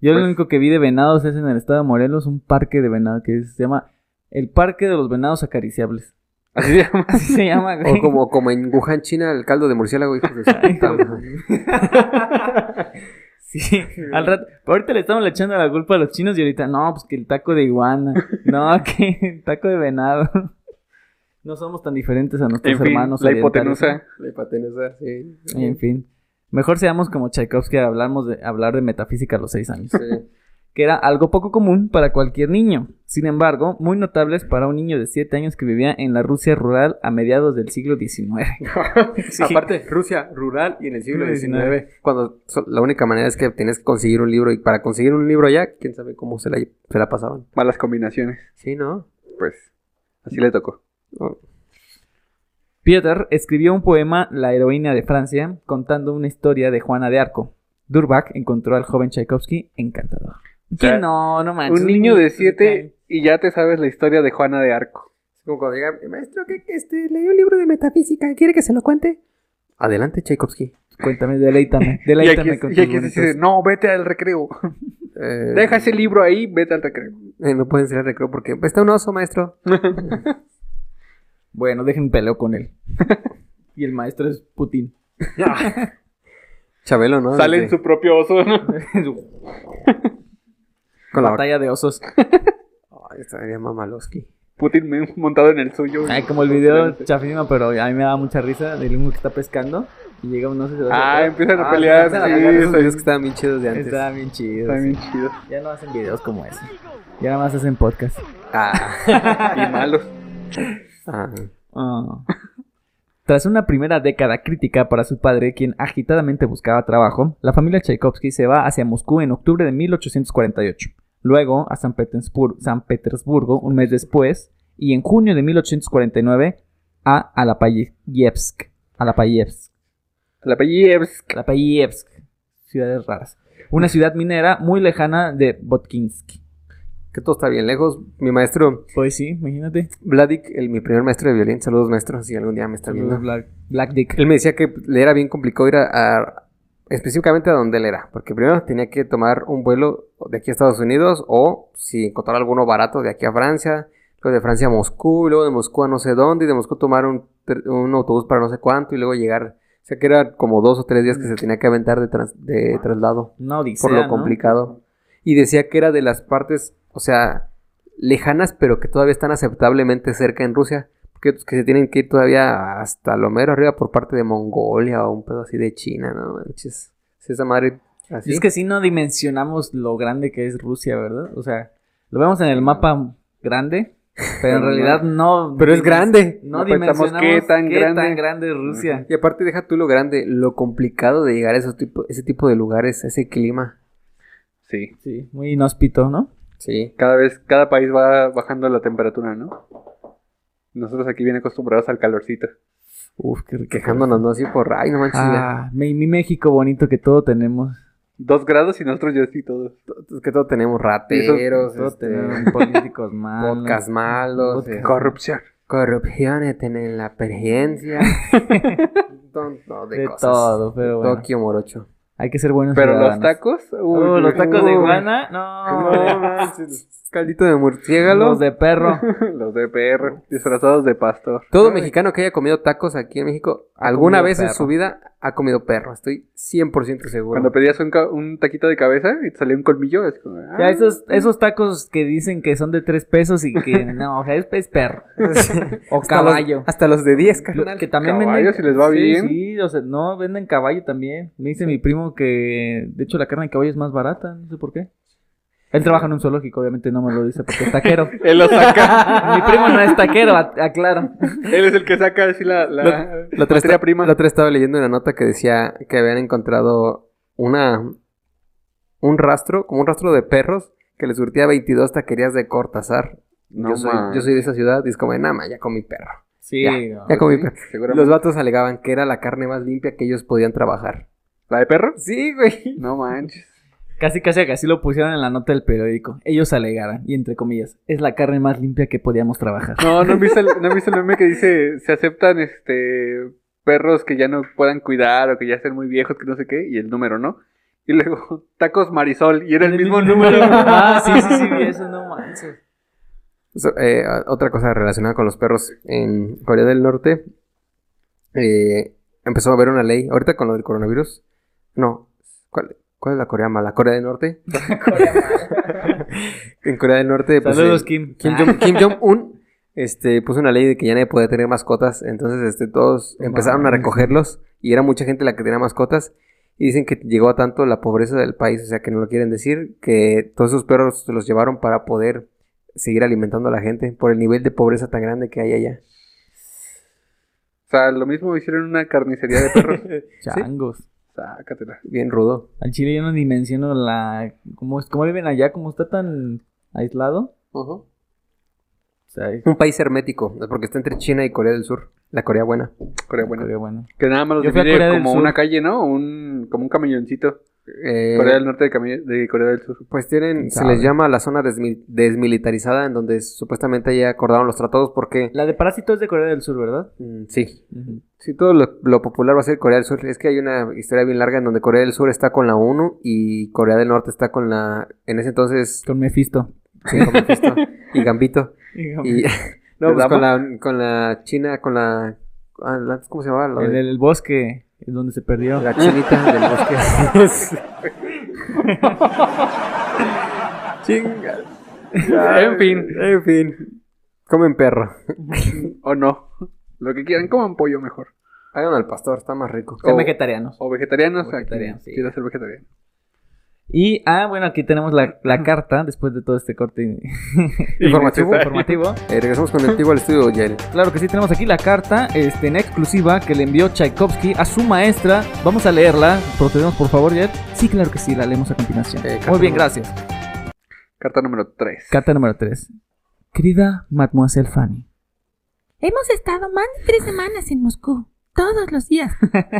C: Yo lo
B: Pues-
C: único que vi de venados es en el estado de Morelos, un parque de venado que se llama el Parque de los Venados Acariciables.
B: Así se llama.
C: Así se llama, güey.
A: O como, como en Wuhan, China, el caldo de murciélago, hijos de su puta madre.
C: Sí, al rato. Ahorita le estamos echando la culpa a los chinos y ahorita, no, pues que el taco de iguana. No, que el taco de venado. No somos tan diferentes a nuestros
B: En fin,
C: hermanos.
B: la
C: orientales,
B: hipotenusa.
A: La hipotenusa, sí.
C: ¿no? En fin. Mejor seamos como Tchaikovsky a hablamos de, hablar de metafísica a los seis años.
A: Sí.
C: que era algo poco común para cualquier niño. Sin embargo, muy notables para un niño de 7 años que vivía en la Rusia rural a mediados del siglo XIX.
A: Aparte, Rusia rural y en el siglo
C: Siglo
A: XIX. Cuando so- la única manera es que tenías que conseguir un libro y para conseguir un libro allá, quién sabe cómo se la, se la pasaban.
B: Malas combinaciones.
A: Sí, ¿no?
B: Pues así le tocó.
A: O-
C: Pieter escribió un poema, La heroína de Francia, contando una historia de Juana de Arco. Durbach encontró al joven Tchaikovsky encantador.
B: sea,
C: ¿Qué no, no manches.
B: Un niño de
C: niñito, cae.
B: 7 y ya te sabes la historia de Juana de Arco.
A: Es como cuando digan, maestro, que que, este, leí un libro de metafísica, ¿quiere que se lo cuente? Adelante, Tchaikovsky.
C: Cuéntame, deleítame.
B: Y aquí,
C: Deleítame
B: es-
C: con
B: y
C: tus
B: aquí se
C: bonitos-
B: dice, no, vete al recreo.
A: Eh,
B: Deja ese libro ahí, vete al recreo.
A: eh, no pueden ser el recreo porque está un oso, maestro.
C: Bueno, dejen peleo con él. y el maestro es Putin.
A: Chabelo,
C: Ah,
A: ¿no?
B: Sale en
A: Desde-
B: su propio oso, ¿no?
A: Con la
C: Batalla de osos.
A: Ay, estaría mamalowski.
B: Putin me- montado en el suyo.
C: Ay, como el video chafísima, pero a mí me da mucha risa del uno que está pescando y llega uno se
B: Ah, empiezan a
A: Ah,
B: pelear.
A: se me
B: sí,
A: hacen agarrar esos
B: está bien-
A: videos que estaban bien chidos de antes.
C: Está bien chido.
B: está
C: sí.
B: bien chido.
C: Ya no hacen videos como ese. Ya nada más hacen podcast.
A: Ah,
B: Y malos.
A: ah.
C: Ah. Tras una primera década crítica para su padre, quien agitadamente buscaba trabajo, la familia Tchaikovsky se va hacia Moscú en octubre de 1848. Luego a San Petersburgo, San Petersburgo un mes después y en junio de 1849 a Alapayevsk. Alapayevsk.
B: La Pellevsk.
C: Alapayevsk. Ciudades raras. Una ciudad minera muy lejana de Botkinsk.
A: Que todo está bien lejos. Mi maestro,
C: Pues sí, imagínate.
A: Vladik, el, mi primer maestro de violín. Saludos, maestro, si algún día me está viendo.
C: Black, Black Dick.
A: Él me decía que le era bien complicado ir a, a- específicamente a donde él era, porque primero tenía que tomar un vuelo de aquí a Estados Unidos o si encontraba alguno barato de aquí a Francia, luego de Francia a Moscú, y luego de Moscú a no sé dónde y de Moscú tomar un, tr- un autobús para no sé cuánto y luego llegar. O sea que era como dos o tres días que se tenía que aventar de, trans- de traslado
C: No dice.
A: por lo complicado. Y decía que era de las partes, o sea, lejanas, pero que todavía están aceptablemente cerca en Rusia. Que, pues, que se tienen que ir todavía hasta lo mero arriba por parte de Mongolia o un pedo así de China, no manches. Si esa madre así.
C: Es que sí no dimensionamos lo grande que es Rusia, ¿verdad? O sea, lo vemos en el mapa grande, pero en realidad no.
A: Pero es grande.
C: No
B: No pensamos
C: dimensionamos
B: qué tan grande.
C: es Rusia.
A: Y aparte deja tú lo grande, lo complicado de llegar a esos tipo, ese tipo de lugares, a ese clima.
B: Sí.
C: Sí, muy inhóspito, ¿no?
A: Sí.
B: Cada vez, cada país va bajando la temperatura, ¿no? Nosotros aquí bien acostumbrados al calorcito.
C: Uf, qué rico.
A: Quejándonos, ¿no? Así por, ay, no manches. ya.
C: Ah, mi, mi México bonito que todo tenemos.
B: Dos grados y nosotros ya sí todos.
A: Es que todo tenemos rateros,
C: Todo
A: este,
C: tenemos políticos malos.
A: podcast malos.
C: Podcast.
A: eh,
B: Corrupción.
A: Corrupciones en la pergencia. Tonto de,
C: De
A: cosas.
C: todo, pero bueno.
A: Tokio Morocho.
C: Hay que ser buenos
B: Pero los
C: ciudadanos.
B: tacos. uy,
C: Uh, los tacos de
B: uy.
C: iguana,
B: No,
C: no.
B: manches.
A: Caldito de murciélago.
C: Los de perro.
B: Los de perro. Disfrazados de pastor.
A: Todo mexicano que haya comido tacos aquí en México,
C: Ha
A: alguna
C: comido
A: vez en
C: perro.
A: su vida ha comido perro. Estoy 100% seguro.
B: Cuando pedías un, ca- un taquito de cabeza y te salía un colmillo, es como. ah,
C: Ya, esos, esos tacos que dicen que son de tres pesos y que no, o sea, es, es perro. O
A: hasta,
C: caballo.
A: los, hasta los de 10,
C: Lo-
A: carnal.
C: que también
B: Caballo,
C: venden.
B: si les va
C: sí,
B: bien.
C: Sí, o sea, no, venden caballo también. Me dice mi primo que, de hecho, la carne de caballo es más barata, no sé por qué. Él trabaja en un zoológico, obviamente no me lo dice porque es taquero.
B: Él lo saca.
C: mi primo no es taquero, a- aclaro.
B: Él es el que saca así la, la
A: La otra,
B: materia
A: esta-
B: prima.
A: la otra estaba leyendo una nota que decía que habían encontrado una un rastro, como un rastro de perros que le surtía 22 taquerías de Cortázar.
B: No
A: yo, soy,
B: manches.
A: yo soy de esa ciudad y es como, de, nada, ma, ya comí perro.
C: Sí, no.
A: ya comí
B: Sí,
A: perro. Los
B: seguramente.
A: vatos alegaban que era la carne más limpia que ellos podían trabajar.
B: ¿La de perro?
A: Sí, güey.
B: No manches.
C: Casi, casi que así lo pusieron en la nota del periódico. Ellos alegaran, y entre comillas, es la carne más limpia que podíamos trabajar.
B: No, no viste el, no viste el meme que dice, se aceptan este perros que ya no puedan cuidar o que ya estén muy viejos, que no sé qué, y el número, ¿no? Y luego, tacos Marisol, y era el mismo número.
C: ah, sí, sí, sí, vi eso, no manches.
A: So- eh, a- otra cosa relacionada con los perros en Corea del Norte. eh, empezó a haber una ley. Ahorita con lo del coronavirus. No. ¿Cuál, cuál es la Corea mala? ¿Corea del Norte? en Corea del Norte. pues,
C: Saludos,
A: eh,
C: Kim.
A: Kim Jong- Kim Jong-un este, puso una ley de que ya nadie podía tener mascotas. Entonces, este, todos
C: No
A: empezaron a
C: mames.
A: recogerlos. Y era mucha gente la que tenía mascotas. Y dicen que llegó a tanto la pobreza del país, o sea, que no lo quieren decir, que todos esos perros los llevaron para poder seguir alimentando a la gente por el nivel de pobreza tan grande que hay allá.
B: O sea, lo mismo hicieron en una carnicería de perros.
C: Changos.
B: Sácatela.
A: Bien rudo.
C: Al chile yo no dimensiono la... ¿Cómo, es- cómo viven allá? ¿Cómo está tan aislado? O sea, es-
A: Un país hermético, porque está entre China y Corea del Sur, la Corea buena.
B: Corea, bueno.
C: qué bueno.
B: Que nada más los
C: Yo fui a
B: divide
C: Corea del
B: como
C: Sur.
B: una calle, ¿no? Un, como un camioncito.
A: Eh,
B: Corea del Norte de, cami- de Corea del Sur.
A: Pues tienen, se
C: Sabe.
A: les llama la zona desmi- desmilitarizada, en donde supuestamente ya acordaron los tratados porque...
C: La de Parásito es de Corea del Sur, ¿verdad?
A: mm, sí, Sí, todo lo, lo popular va a ser Corea del Sur. Es que hay una historia bien larga en donde Corea del Sur está con la ONU y Corea del Norte está con la. En ese entonces.
C: Con Mephisto.
A: sí, con Mephisto y Gambito. Y, no,
B: ¿El Dama?
A: pues, con, la, con la China, con la. ah, la- ¿Cómo se llamaba? La,
C: En
A: de-
C: el, el bosque es donde se perdió. Este,
A: la chinita del bosque. Chinga.
B: en fin.
A: En fin. Comen perro.
B: O no. Lo que quieran, coman pollo mejor.
A: Hagan al pastor, está más rico.
C: Son
B: o-
C: vegetarianos.
B: O vegetarianos.
C: Vegetariano,
B: Vegetarianos,
C: sí.
B: Quiero ser vegetariano.
C: Y, ah, bueno, aquí tenemos la, la carta después de todo este corte
A: Informativo.
C: informativo.
A: Eh, regresamos con el tío al estudio, Yael.
C: Claro que sí, tenemos aquí la carta este, en exclusiva que le envió Tchaikovsky a su maestra. Vamos a leerla. Procedemos, por favor, Jet. Sí, claro que sí, la leemos a continuación.
A: Eh, carta
C: Muy bien,
A: número-
C: gracias.
B: Carta número 3.
C: Carta número 3. Querida Mademoiselle Fanny.
D: Hemos estado más de tres semanas en Moscú, todos los días.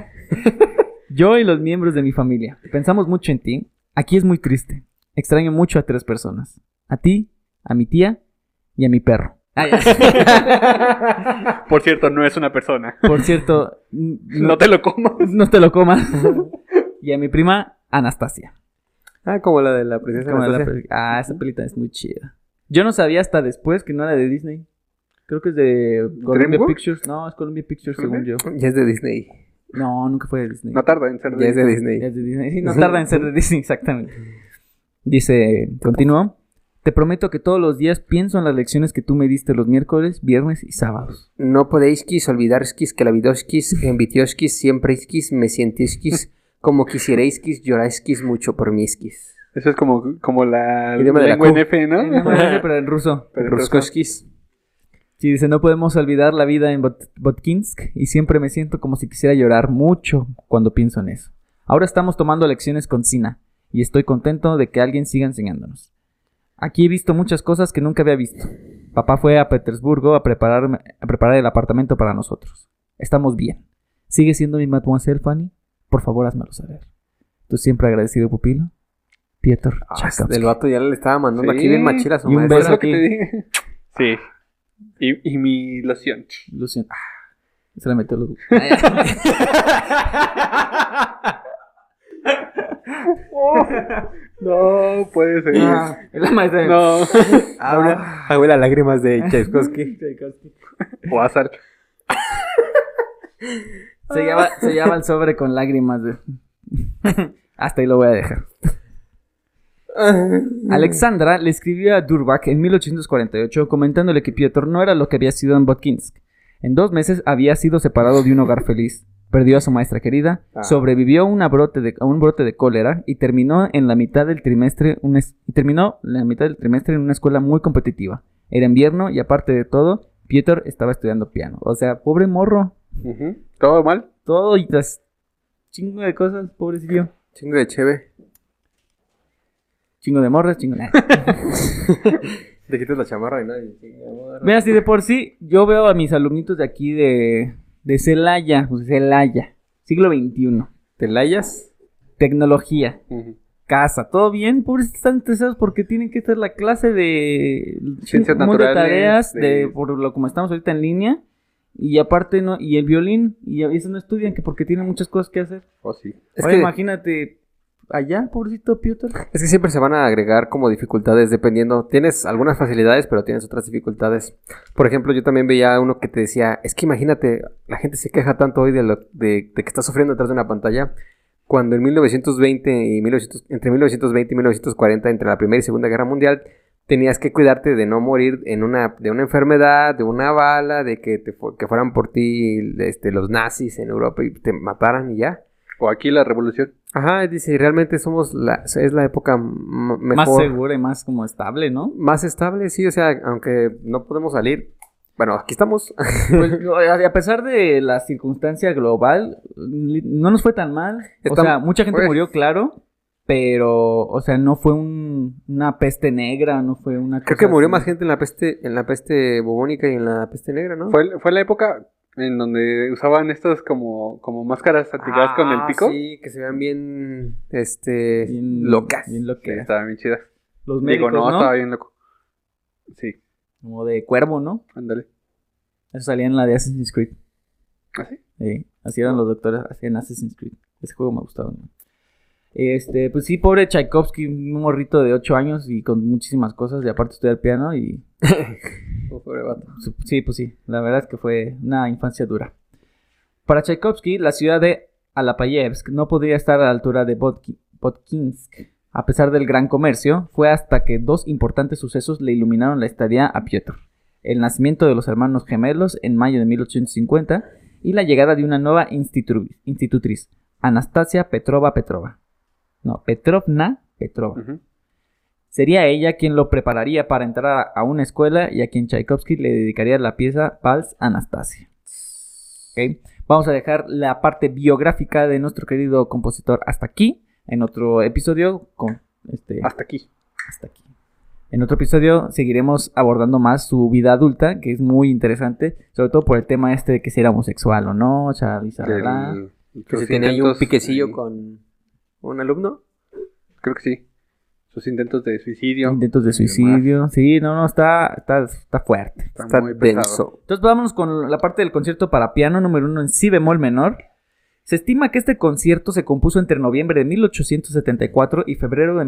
C: Yo y los miembros de mi familia pensamos mucho en ti. Aquí es muy triste. Extraño mucho a tres personas. A ti, a mi tía y a mi perro. Ah, ya.
B: Por cierto, no es una persona.
C: Por cierto, n-
B: No te lo como.
C: no te lo comas. Y a mi prima Anastasia.
A: Ah, como la de la princesa.
C: Como la
A: Anastasia.
C: peli- Ah, esa película es muy chida. Yo no sabía hasta después que no era de Disney. Creo que es de Columbia
B: ¿DreamWorks?
C: Pictures. No, es Columbia Pictures, según yo.
A: Ya es de Disney.
C: No, nunca fue de Disney.
B: No tarda en ser
A: Ya es de Disney.
C: Es de Disney. Sí, no tarda en ser de Disney, exactamente. Dice, continuó. Te prometo que todos los días pienso en las lecciones que tú me diste los miércoles, viernes y sábados.
A: No podéis olvidarskis, clavidoskis, envidioskis, siempreisquis, me sientiskis, como quisiereisquis, lloráisquis mucho por miskis.
B: Eso es como, como la
A: Idioma de la
B: lengua
A: Q.
B: NF,
C: Eh, no,
B: ¿no?
C: no, pero en ruso.
B: Pero entonces-
A: Ruskoskis.
C: Sí, dice, no podemos olvidar la vida en Bot- Botkinsk y siempre me siento como si quisiera llorar mucho cuando pienso en eso. Ahora estamos tomando lecciones con Sina y estoy contento de que alguien siga enseñándonos. Aquí he visto muchas cosas que nunca había visto. Papá fue a Petersburgo a, prepararme- a preparar el apartamento para nosotros. Estamos bien. ¿Sigue siendo mi mademoiselle Fanny? Por favor, házmelo saber. Tú siempre agradecido, pupilo. Pietor Tchaikovsky.
A: El Ah, vato ya le estaba mandando
B: Sí.
A: aquí bien machila a su
C: Y un
B: Por
A: maestra.
B: eso que
C: aquí.
B: te dije. Sí. Y, y mi loción.
C: Lucian. Ah, se la metió los.
B: No, puede ser.
A: Ah.
C: es la maestra de-
B: No.
A: Habla, abuela lágrimas de Tchaikovsky.
B: O azar.
C: Se lleva, se lleva el sobre con lágrimas. de- Hasta ahí lo voy a dejar. Alexandra le escribió a Durbach en 1848 comentándole que Piotr no era lo que había sido en Botkinsk. En dos meses había sido separado de un hogar feliz. Perdió a su maestra querida,
A: Ah.
C: sobrevivió a, una brote de- a un brote de cólera y terminó en la mitad del trimestre una es- y terminó la mitad del trimestre en una escuela muy competitiva. Era invierno y aparte de todo, Piotr estaba estudiando piano. O sea, pobre morro,
B: Ujú. Todo mal.
C: todo y las chingo de cosas, pobrecillo.
A: Chingo de cheve.
C: Chingo de morras, chingo de...
A: Te quitas la chamarra y nadie. chinga madre.
C: Mira, si de por sí yo veo a mis alumnitos de aquí de, de Celaya, pues Celaya, siglo XXI,
A: ¿Te layas?
C: tecnología,
B: Ujú.
C: casa, todo bien, pobrecitos están estresados porque tienen que hacer la clase de
B: Ciencias
C: un montón de
B: naturales,
C: tareas de,
B: de-
C: por lo como estamos ahorita en línea y aparte no y el violín y a veces no estudian que porque tienen muchas cosas que hacer.
B: Oh, sí.
A: Es
C: Ahora
A: que,
C: imagínate allá, pobrecito Piotr.
A: es que siempre se van a agregar como dificultades dependiendo. Tienes algunas facilidades, pero tienes otras dificultades. Por ejemplo, yo también veía uno que te decía, es que imagínate, la gente se queja tanto hoy de, lo, de, de que está sufriendo detrás de una pantalla. Cuando en 1920 y 1900 entre 1920 y 1940, entre la Primera y Segunda Guerra Mundial, tenías que cuidarte de no morir en una, de una enfermedad, de una bala, de que, te, fu- que fueran por ti este, los nazis en Europa y te mataran y ya.
B: O aquí la revolución.
A: Ajá, dice, y realmente somos la, es la época m- mejor,
C: Más segura y más como estable, ¿no?
A: más estable, sí, o sea, aunque no podemos salir, bueno, aquí estamos.
C: Pues, no, a a pesar de la circunstancia global, li- no nos fue tan mal. o
A: Está-
C: sea, mucha gente
B: pues.
C: murió, claro, pero, o sea, no fue un- una peste negra, no fue una.
A: Creo que murió más gente en la peste, en la peste bubónica y en la peste negra, ¿no?
B: Fue, fue la época en donde usaban estas como, como máscaras
A: Ah,
B: antigas con el pico.
A: Sí, que se vean bien, este, locas.
C: Bien
B: Sí,
C: loqueras.
B: estaban bien chidas.
C: Los
B: Digo,
C: médicos,
B: no,
C: ¿no?
B: estaba bien loco. Sí,
C: Como de cuervo, ¿no?
B: ándale.
C: Eso salía en la de Assassin's Creed.
B: ¿Así?
C: Sí, así eran los doctores, así en Assassin's Creed. Ese juego me gustaba. ¿no? Este, pues sí, pobre Tchaikovsky, un morrito de 8 años y con muchísimas cosas, y aparte estudiar piano y Su- Sí, pues sí, la verdad es que fue una infancia dura. Para Tchaikovsky, la ciudad de Alapayevsk no podría estar a la altura de Botki- Botkinsk. A pesar del gran comercio, fue hasta que dos importantes sucesos le iluminaron la estadía a Piotr. El nacimiento de los hermanos gemelos en mayo de 1850 y la llegada de una nueva institutri- institutriz, Anastasia Petrova Petrova. No, Petrovna Petrova.
B: Ujú.
C: Sería ella quien lo prepararía para entrar a una escuela y a quien Tchaikovsky le dedicaría la pieza Vals Anastasia. Ok, Vamos a dejar la parte biográfica de nuestro querido compositor hasta aquí. En otro episodio, con este,
B: Hasta aquí.
C: hasta aquí. En otro episodio seguiremos abordando más su vida adulta, que es muy interesante, sobre todo por el tema este de que si era homosexual o no, chalala.
B: Del-
A: Que se
B: sus
A: tenía ahí un
B: intentos-
A: piquecillo
B: sí,
A: con un alumno.
B: Creo que sí. Sus intentos de suicidio.
C: intentos de
B: y demás.
C: suicidio. Sí, no, no, está, está, está fuerte.
B: Está,
A: Está
B: muy pesado.
A: denso.
C: Entonces vámonos con la parte del concierto para piano número uno en si bemol menor. Se estima que este concierto se compuso entre noviembre de 1874 y febrero de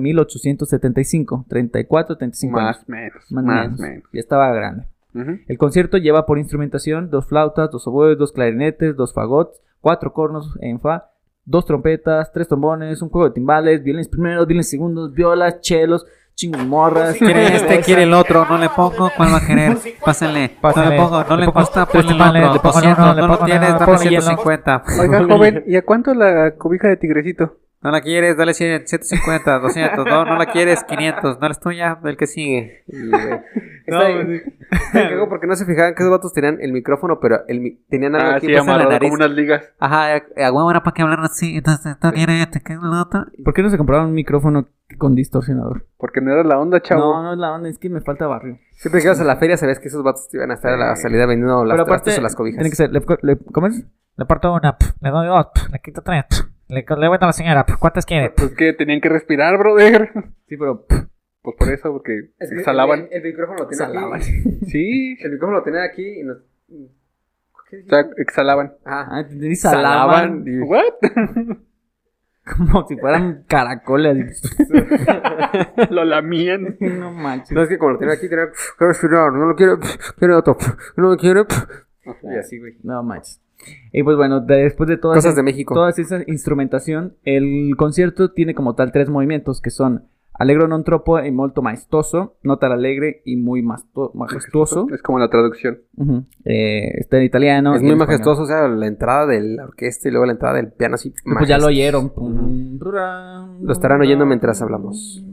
C: 1875, 34, 35 años.
B: Más menos.
C: Más
B: Más,
C: o menos.
B: menos.
C: Ya estaba grande.
B: Ujú.
C: El concierto lleva por instrumentación dos flautas, dos oboes, dos clarinetes, dos fagots, cuatro cornos en fa, dos trompetas, tres trombones, un juego de timbales, violines primeros, violines segundos, violas, chelos, chingomorras.
E: Quiere este, quiere el otro, no le pongo, ¿cuál va a querer? Pásenle, no le pongo, no le gusta, ponle el otro,
C: le
E: le
C: pongo
E: pongo
C: el otro, le
E: no lo
C: pongo
E: tienes,
C: nada,
E: dame
C: ponle hielo.
E: 150.
B: Oiga, joven, ¿y a cuánto la cobija de tigrecito?
E: No la quieres, dale 100, 150, 200, no, no la quieres, 500, no la es tuya, del que sigue.
A: Está bien.
C: pues,
A: Me cagó porque no se fijaban que esos vatos tenían el micrófono, pero el mi- tenían algo
B: Ah,
A: aquí
B: sí,
A: puesto en la
B: amarrado
A: nariz.
B: como unas ligas.
E: Ajá, eh, a huevo era para que hablaran así, entonces tú quieres este, que el otro.
C: ¿Por qué no se compraron un micrófono con distorsionador?
B: Porque no era la onda, chavo.
C: No, no es la onda, es que me falta barrio.
A: Siempre que ibas a la feria sabías que esos vatos te iban a estar a la salida vendiendo las trastes o las cobijas.
C: Tiene que ser, le, le- ¿cómo es?
E: Le parto una, le doy dos, le quito tres, le, le a la señora, ¿cuántas quiere?
B: Pues que tenían que respirar, brother.
C: Sí, pero
B: Pues por eso, porque
A: Es que eh,
B: salaban.
A: El, el micrófono lo tenían
C: Salaban.
A: aquí.
B: Sí.
A: El micrófono lo tenían aquí y nos... ¿Qué
B: O
A: dijiste?
B: sea, exhalaban.
A: Ah,
C: ah, entendí, salaban
A: y-
B: ¿What?
C: como si fueran caracoles.
B: Lo lamían.
C: no manches.
A: No es que como lo tenían aquí, tenían... Quiero respirar, no lo quiero, quiere otro, no lo quiero. Y así, güey.
C: No manches. Y pues bueno, de- después de todas,
A: Cosas de
C: esas-
A: México.
C: todas esa instrumentación, el concierto tiene como tal tres movimientos que son Allegro non troppo e molto maestoso, nota alegre y muy masto- majestuoso.
B: Es como la traducción.
C: Ujú. Eh, está en italiano.
A: es
C: y
A: muy
C: en español.
A: majestuoso, o sea, la entrada de la orquesta y luego la entrada del piano así.
C: Y Pues ya lo
A: majestuoso.
C: oyeron.
A: Ujú. Lo estarán oyendo mientras hablamos.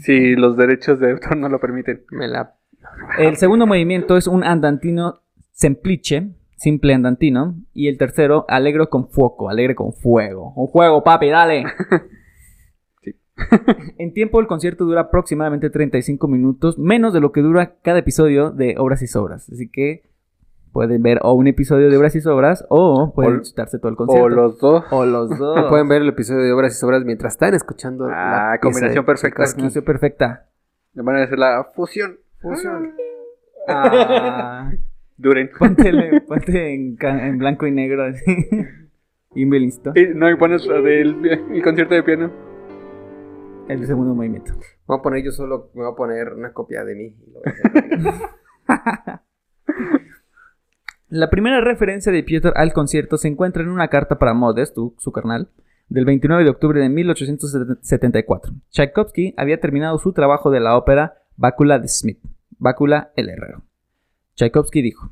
B: Sí, los derechos de autor no lo permiten.
A: Me la...
C: El segundo movimiento es un andantino semplice, simple andantino. Y el tercero, alegro con fuoco, alegre con fuego. Un juego, papi, dale.
B: Sí.
C: En tiempo, el concierto dura aproximadamente 35 minutos, menos de lo que dura cada episodio de Obras y Sobras. Así que pueden ver o un episodio de Obras y Sobras o pueden
B: O-
C: chutarse todo el concierto.
B: O los dos.
C: O los dos.
A: Ah, Pueden ver el episodio de Obras y Sobras mientras están escuchando.
B: Ah,
A: la pieza
B: combinación
A: de
B: perfecta.
A: Tchaikovsky.
C: Combinación perfecta.
B: Le van a hacer la fusión. Fusión.
C: Ah,
B: Duren.
C: póntele- ponte en, ca- en blanco y negro así. Y me listo.
B: Y- No, y pones la del el concierto de piano.
C: El segundo movimiento.
A: Me voy a poner yo solo, me voy a poner una copia de mí. y lo voy a hacer.
C: La primera referencia de Piotr al concierto se encuentra en una carta para Modest, su, su carnal, del 29 de octubre de 1874. Tchaikovsky había terminado su trabajo de la ópera Bácula de Smith, Bácula el Herrero. Tchaikovsky dijo,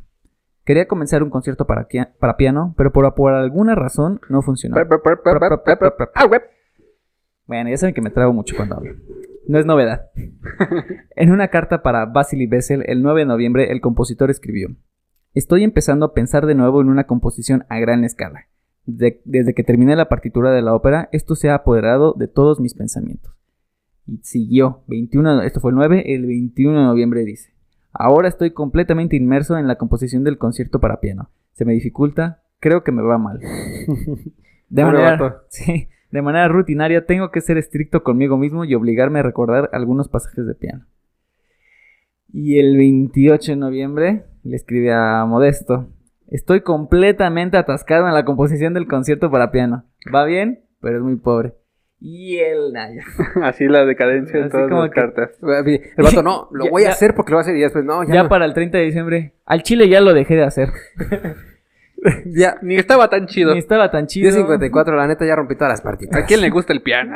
C: quería comenzar un concierto para, quia- para piano, pero por, por alguna razón no funcionó.
B: Ah,
C: Bueno, ya saben que me trago mucho cuando hablo. No es novedad. en una carta para Vasily Bessel el 9 de noviembre, el compositor escribió: Estoy empezando a pensar de nuevo en una composición a gran escala. De- desde que terminé la partitura de la ópera, esto se ha apoderado de todos mis pensamientos. Y siguió. 21, esto fue el 9, el 21 de noviembre dice: Ahora estoy completamente inmerso en la composición del concierto para piano. Se me dificulta, creo que me va mal. De
A: Pobre
C: manera,
A: vato.
C: sí, de manera rutinaria tengo que ser estricto conmigo mismo y obligarme a recordar algunos pasajes de piano. Y el 28 de noviembre le escribe a Modesto. Estoy completamente atascado en la composición del concierto para piano. Va bien, pero es muy pobre. Y el Naya.
B: Así la decadencia
C: Así
B: de todas
C: como
B: las
C: que-
B: cartas.
A: El vato, no, lo
C: Ya-
A: voy a
C: ya-
A: hacer porque lo voy a hacer y después, no, ya,
C: Ya
A: no.
C: para el 30 de diciembre. Al chile ya lo dejé de hacer.
A: ya.
B: Ni estaba tan chido.
C: Ni estaba tan chido.
A: 10.54, la neta, ya rompí todas las partitas.
B: ¿A quién le gusta el piano?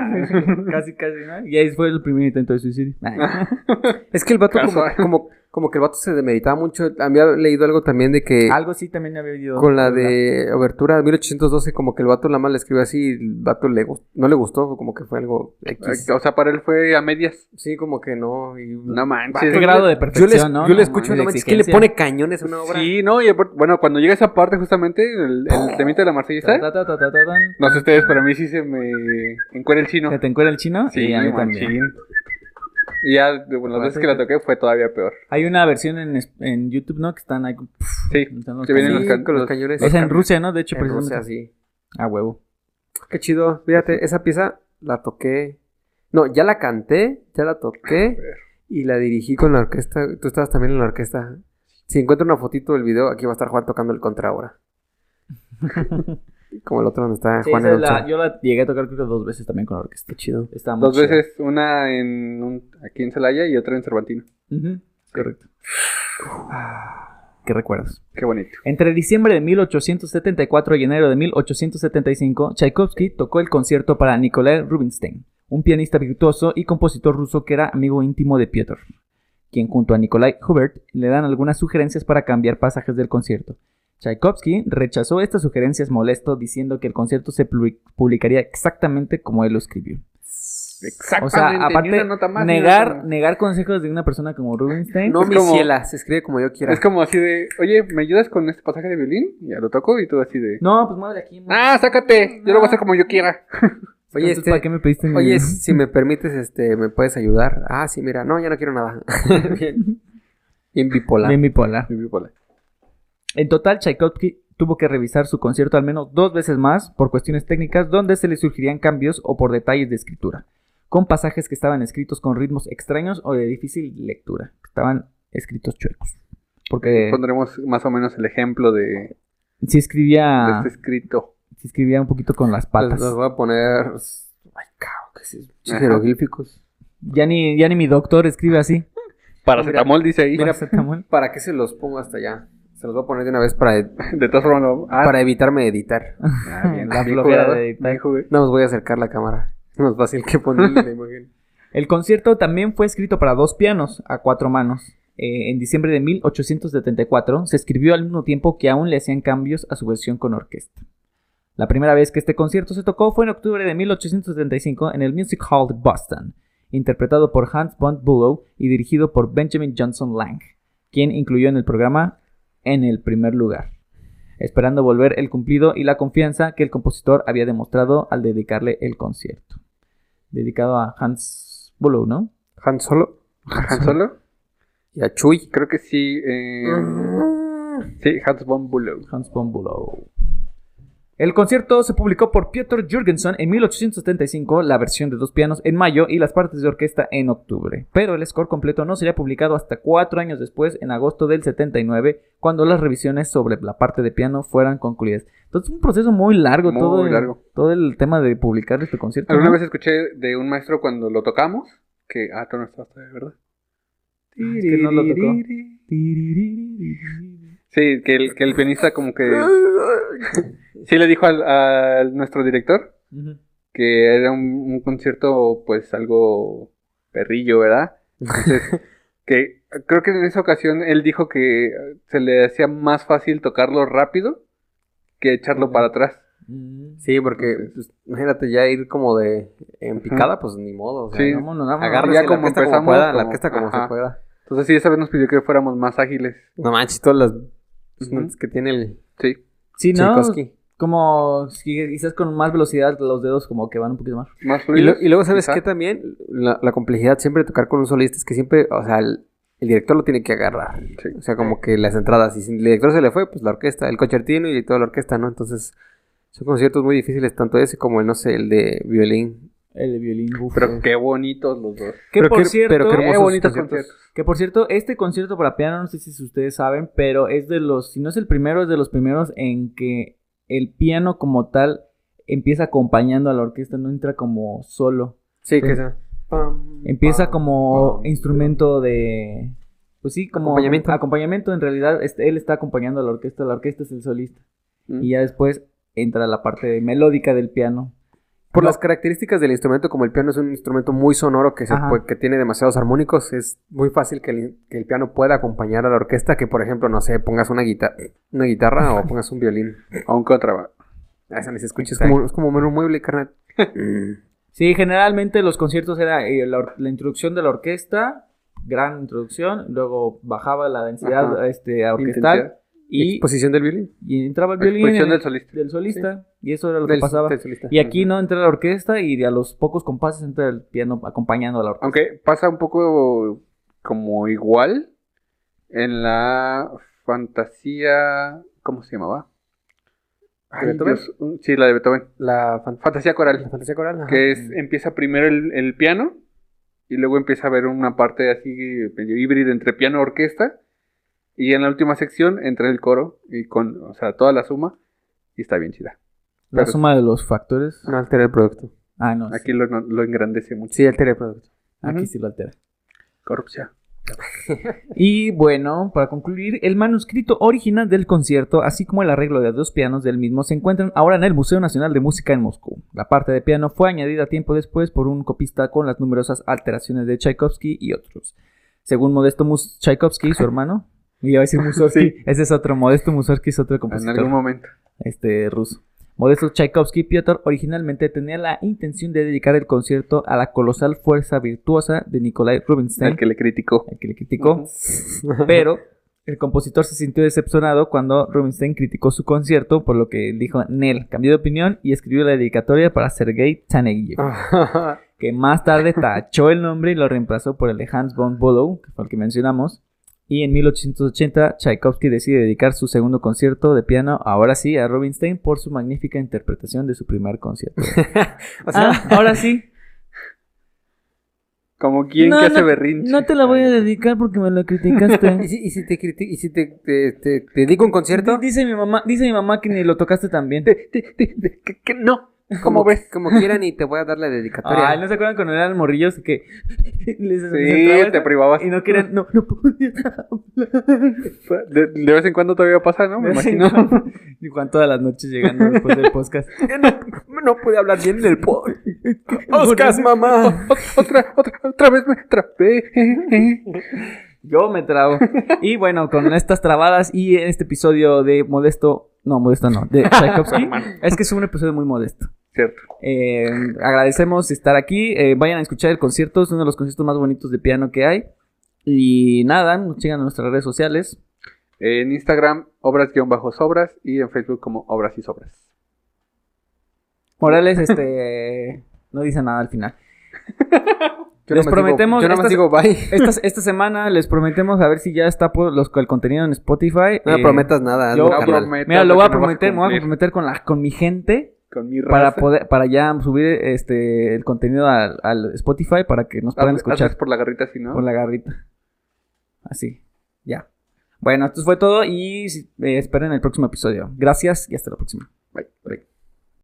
C: Casi, casi, ¿no? Y ahí fue el primer intento de suicidio. Ay.
A: Es que el vato, como,
B: Casual.
A: como, como que el vato se demeritaba mucho. Había leído algo también de que
C: Algo sí también había oído.
A: con la de Obertura de 1812, como que el vato la más le escribió así, el vato le gust- no le gustó, como que fue algo X.
B: O sea, para él fue a medias.
A: Sí, como que no. y-
B: No
C: Qué
B: manches.
C: grado de
A: Yo le,
C: perfección, ¿no?
A: yo le
C: No,
A: escucho,
C: de
A: no, manches, es que le
C: exigencia.
A: pone cañones a una obra.
B: Sí, no, y aparte- bueno, cuando llega esa parte justamente, el, el temita de la marsellesa,
C: Ta, ta, ta, ta, ta, tan.
B: no sé ustedes, pero a mí sí se me encuera el chino.
C: ¿Se te encuera el chino?
B: Sí,
C: Y a mí
B: machín.
C: también.
B: Y ya, bueno, las veces que la toqué fue todavía peor.
C: Hay una versión en, es- en YouTube, ¿no? Que están ahí.
B: Sí,
C: Están los
B: que vienen
A: Sí,
B: los, can-
A: con los
B: los-
A: cañones.
C: Es en Rusia, ¿no? De hecho,
A: En
C: precisamente.
A: Rusia, sí.
C: A huevo.
A: Qué chido. Fíjate, esa pieza la toqué. No, ya la canté, ya la toqué y la dirigí con la orquesta. Tú estabas también en la orquesta. Si encuentro una fotito del video, aquí va a estar Juan tocando el contra ahora. Como el otro donde está
C: Sí,
A: Juan
C: esa
A: en
C: es la-
A: otro.
C: yo la llegué a tocar creo que dos veces también con la orquesta.
A: Qué chido.
C: Está muy
B: dos
C: chida.
B: veces, una en un- aquí en Celaya y otra en Cervantino.
C: Ujú, Correcto. ¿Qué recuerdas?
B: Qué bonito.
C: Entre diciembre de 1874 y enero de 1875, Tchaikovsky tocó el concierto para Nikolai Rubinstein, un pianista virtuoso y compositor ruso que era amigo íntimo de Piotr, quien junto a Nikolai Hubert le dan algunas sugerencias para cambiar pasajes del concierto. Tchaikovsky rechazó estas sugerencias molesto diciendo que el concierto se publi- publicaría exactamente como él lo escribió. O
B: Exactamente.
C: sea,
B: ni
C: aparte,
B: una nota más, ni una nota
C: negar,
B: menos.
C: negar consejos de una persona como Rubinstein.
A: No,
B: Es
A: mi
B: como-
A: ciela, se escribe como yo quiera.
B: Es como así de, oye, ¿me ayudas con este pasaje de violín? Ya lo toco y tú así de,
C: No, pues muévele aquí. muévele.
B: ah, sácate, yo lo voy a hacer como yo quiera.
A: Oye,
C: Entonces,
A: este-
C: ¿para qué me pediste mi-
A: Oye, si me permites, este, ¿me puedes ayudar? Ah, sí, mira, no, ya no quiero nada. Bien. Bien bipolar.
C: Bien bipolar.
B: Y bipolar.
C: En total, Tchaikovsky tuvo que revisar su concierto al menos dos veces más por cuestiones técnicas donde se le surgirían cambios o por detalles de escritura, con pasajes que estaban escritos con ritmos extraños o de difícil lectura, que estaban escritos chuecos. Porque
B: Eh. Pondremos más o menos el ejemplo de,
C: si
B: de
C: escribía,
B: este escrito.
C: sí escribía un poquito con las
A: Los,
C: patas.
A: los voy a poner. Ay, cabrón, qué es eso? jeroglíficos.
C: Ya ni, ya ni mi doctor escribe así.
B: Paracetamol dice ahí.
C: Mira, Samuel.
A: ¿Para qué se los pongo hasta allá? Se los voy a poner de una vez para,
B: De todas formas, lo- ah,
A: para evitarme editar.
B: ah, bien,
C: la
B: bien
C: flojera
B: jugado,
C: de editar.
B: bien jugado.
A: No os voy a acercar la cámara. Es más fácil que ponerle la imagen.
C: El concierto también fue escrito para dos pianos a cuatro manos. Eh, en diciembre de 1874 se escribió al mismo tiempo que aún le hacían cambios a su versión con orquesta. La primera vez que este concierto se tocó fue en octubre de 1875 en el Music Hall de Boston, interpretado por Hans von Bülow y dirigido por Benjamin Johnson Lang, quien incluyó en el programa en el primer lugar, esperando volver el cumplido y la confianza que el compositor había demostrado al dedicarle el concierto. dedicado a Hans Bolo, ¿no?
A: Han Solo
B: ¿Han Solo?
A: y a Chuy.
B: Creo que sí. eh, sí, Hans von Bülow.
C: Hans von Bülow. El concierto se publicó por Piotr Jürgensen en 1875, la versión de dos pianos en mayo y las partes de orquesta en octubre. Pero el score completo no sería publicado hasta cuatro años después, en agosto del 79, cuando las revisiones sobre la parte de piano fueran concluidas. Entonces, un proceso muy largo,
B: Muy
C: todo, el-
B: largo.
C: todo el tema de publicar este concierto.
B: Alguna
C: ¿no?
B: vez escuché de un maestro cuando lo tocamos que. Ah, tú no estabas todavía, ¿verdad?
C: Ah, es que no lo tocó.
B: Sí, que el, que el pianista como que... Sí le dijo al, a nuestro director
C: Ujú.
B: que era un, un concierto pues algo perrillo, ¿verdad? Entonces, que creo que en esa ocasión él dijo que se le hacía más fácil tocarlo rápido que echarlo para atrás.
C: Mm.
A: Sí, porque pues, imagínate ya ir como de en picada, pues ni modo. O sea,
B: Sí. Ah,
A: ¿no?
C: Vámonos, vámonos.
A: Agárrese
B: Ya
A: la
B: como
A: orquesta como
B: empezamos,
A: pueda, la
B: como-
A: orquesta como
B: ajá.
A: se pueda.
B: Entonces sí, esa vez nos pidió que fuéramos más ágiles.
A: No manches, todas las pues,
B: Ujú.
A: notas que tiene el
B: Sí.
C: Sí, ¿no?
A: Tchaikovsky.
C: Como si- quizás con más velocidad los dedos como que van un poquito más.
B: Más
A: Y, lo-
B: fluidos,
A: y luego, ¿sabes
B: quizá.
A: qué también? La, la complejidad siempre de tocar con un solista es que siempre, o sea, el, el director lo tiene que agarrar.
B: Sí.
A: O sea, como que las entradas. Y si el director se le fue, pues la orquesta, el concertino y toda la orquesta, ¿no? Entonces, son conciertos muy difíciles, tanto ese como el, no sé, el de violín.
C: El de violín. uf.
B: Pero qué bonitos los dos.
C: que
A: pero
C: por
A: qué-
C: cierto, eh,
A: pero qué
B: Qué
A: hermosos
B: bonitos
A: conciertos.
B: conciertos.
C: que por cierto, este concierto para piano, no sé si ustedes saben, pero es de los, si no es el primero, es de los primeros en que el piano como tal empieza acompañando a la orquesta, no entra como solo.
A: Sí,
C: que
A: sea.
C: Empieza como instrumento de... Pues sí, como
A: Acompañamiento.
C: acompañamiento, en realidad este, él está acompañando a la orquesta, la orquesta es el solista.
B: Mm.
C: Y ya después entra la parte melódica del piano.
A: Por
C: No.
A: las características del instrumento, como el piano es un instrumento muy sonoro que, se
C: Ajá.
A: puede- que tiene demasiados armónicos, es muy fácil que el, que el piano pueda acompañar a la orquesta que, por ejemplo, no sé, pongas una, guita- una guitarra o pongas un violín.
B: Aunque otra.
A: Ah, Esa ni se escucha, es
C: Exacto.
A: como, es como mover un mueble, carnal. Mm.
C: Sí, generalmente los conciertos era eh, la, or- la introducción de la orquesta, gran introducción, luego bajaba la densidad
B: Ajá.
C: este, a orquestal
B: Intensidad.
C: y,
A: Exposición del violín.
C: y entraba el violín
B: Exposición
C: en el-
B: del solista.
C: del solista y eso era lo
A: Del-
C: que pasaba.
A: del solista.
C: Y aquí no entra la orquesta y de a los pocos compases entra el piano acompañando a la orquesta.
B: Aunque pasa un poco como igual en la fantasía. ¿Cómo se llamaba? Ay,
A: ¿Beethoven?
B: Dios, un- sí, la de Beethoven.
A: La, fan-
B: Fantasía
A: la
B: coral.
A: fantasía coral. ajá.
B: Que es, empieza primero el, el piano y luego empieza a haber una parte así medio híbrida entre piano y orquesta. Y en la última sección entra el coro y con, o sea, toda la suma. Y está bien chida.
C: La
B: pero-
C: suma de los factores.
A: No altera el producto.
C: Ah, no.
B: Aquí lo, lo engrandece mucho.
A: Sí, altera el producto.
C: aquí
B: Ujú.
C: sí lo altera.
B: Corrupción.
C: Y bueno, para concluir, el manuscrito original del concierto, así como el arreglo de dos pianos del mismo, se encuentran ahora en el Museo Nacional de Música en Moscú. La parte de piano fue añadida tiempo después por un copista con las numerosas alteraciones de Tchaikovsky y otros. Según Modesto Mus Tchaikovsky, su hermano, y iba a decir Mussorgsky, ese es otro, Modesto Mussorgsky es otro
B: En
C: compositor
B: algún momento.
C: este ruso. Modesto Tchaikovsky Piotr originalmente tenía la intención de dedicar el concierto a la colosal fuerza virtuosa de Nikolai Rubinstein,
B: El que le criticó.
C: al que le criticó, pero el compositor se sintió decepcionado cuando Rubinstein criticó su concierto, por lo que dijo Nel, cambió de opinión y escribió la dedicatoria para Sergei Taneyev, que más tarde tachó el nombre y lo reemplazó por el de Hans von Bülow, que fue el que mencionamos. Y en 1880 Tchaikovsky decide dedicar su segundo concierto de piano, ahora sí, a Rubinstein por su magnífica interpretación de su primer concierto.
A: o sea,
C: Ah, ahora sí,
B: Como quien
C: No,
B: que hace
C: no,
B: berrinche.
C: no te la voy a dedicar porque me lo criticaste.
A: ¿y, si, y si te, criti- y si te, te, te- te dedico un concierto?
C: Dice mi mamá, dice mi mamá que ni lo tocaste tan bien.
B: ¿Qué- qué? No.
A: como,
B: ¿Cómo ves?
A: Como quieran y te voy a dar la dedicatoria.
C: Ay, ¿no se acuerdan cuando eran morrillos que les les entraba
B: Sí, te
C: esta-
B: privabas.
C: y no querían, no, no podía hablar.
B: De, de vez en cuando todavía pasa, ¿no? Me imagino.
C: Y Juan todas las noches llegando después del podcast.
A: Yo no, no pude hablar bien del pod. Oscars,
B: Ah.
A: mamá.
B: otra, otra, otra vez me trapé.
C: Yo me trabo. Y bueno, con estas trabadas y en este episodio de Modesto, no, Modesto no, de Tchaikovsky, es que es un episodio muy modesto.
B: Cierto.
C: Eh, agradecemos estar aquí. eh, vayan a escuchar el concierto, es uno de los conciertos más bonitos de piano que hay. Y nada, nos sigan en nuestras redes sociales.
B: En Instagram, obras-sobras y en Facebook como obras y sobras.
C: Morales, este, no dice nada al final.
A: Yo
C: Les
A: nomás digo-
C: prometemos
A: yo nomás
C: estas-
A: digo bye.
C: Esta, esta semana les prometemos a ver si ya está por los- el contenido en Spotify.
A: No
C: eh,
A: prometas nada.
C: yo-
A: hazlo, carnal.
B: prometas
C: Mira, lo voy a
B: que no vas
C: prometer, me voy a
B: cumplir
C: comprometer con, la, con mi gente
B: Con mi raza.
C: para poder para ya subir este el contenido al, al Spotify para que nos
B: Haz-
C: puedan
B: hazles
C: escuchar
B: por la garrita, si no.
C: con la garrita. Así, ya. Bueno, esto fue todo y eh, esperen el próximo episodio. Gracias y hasta la próxima.
B: Bye. Bye.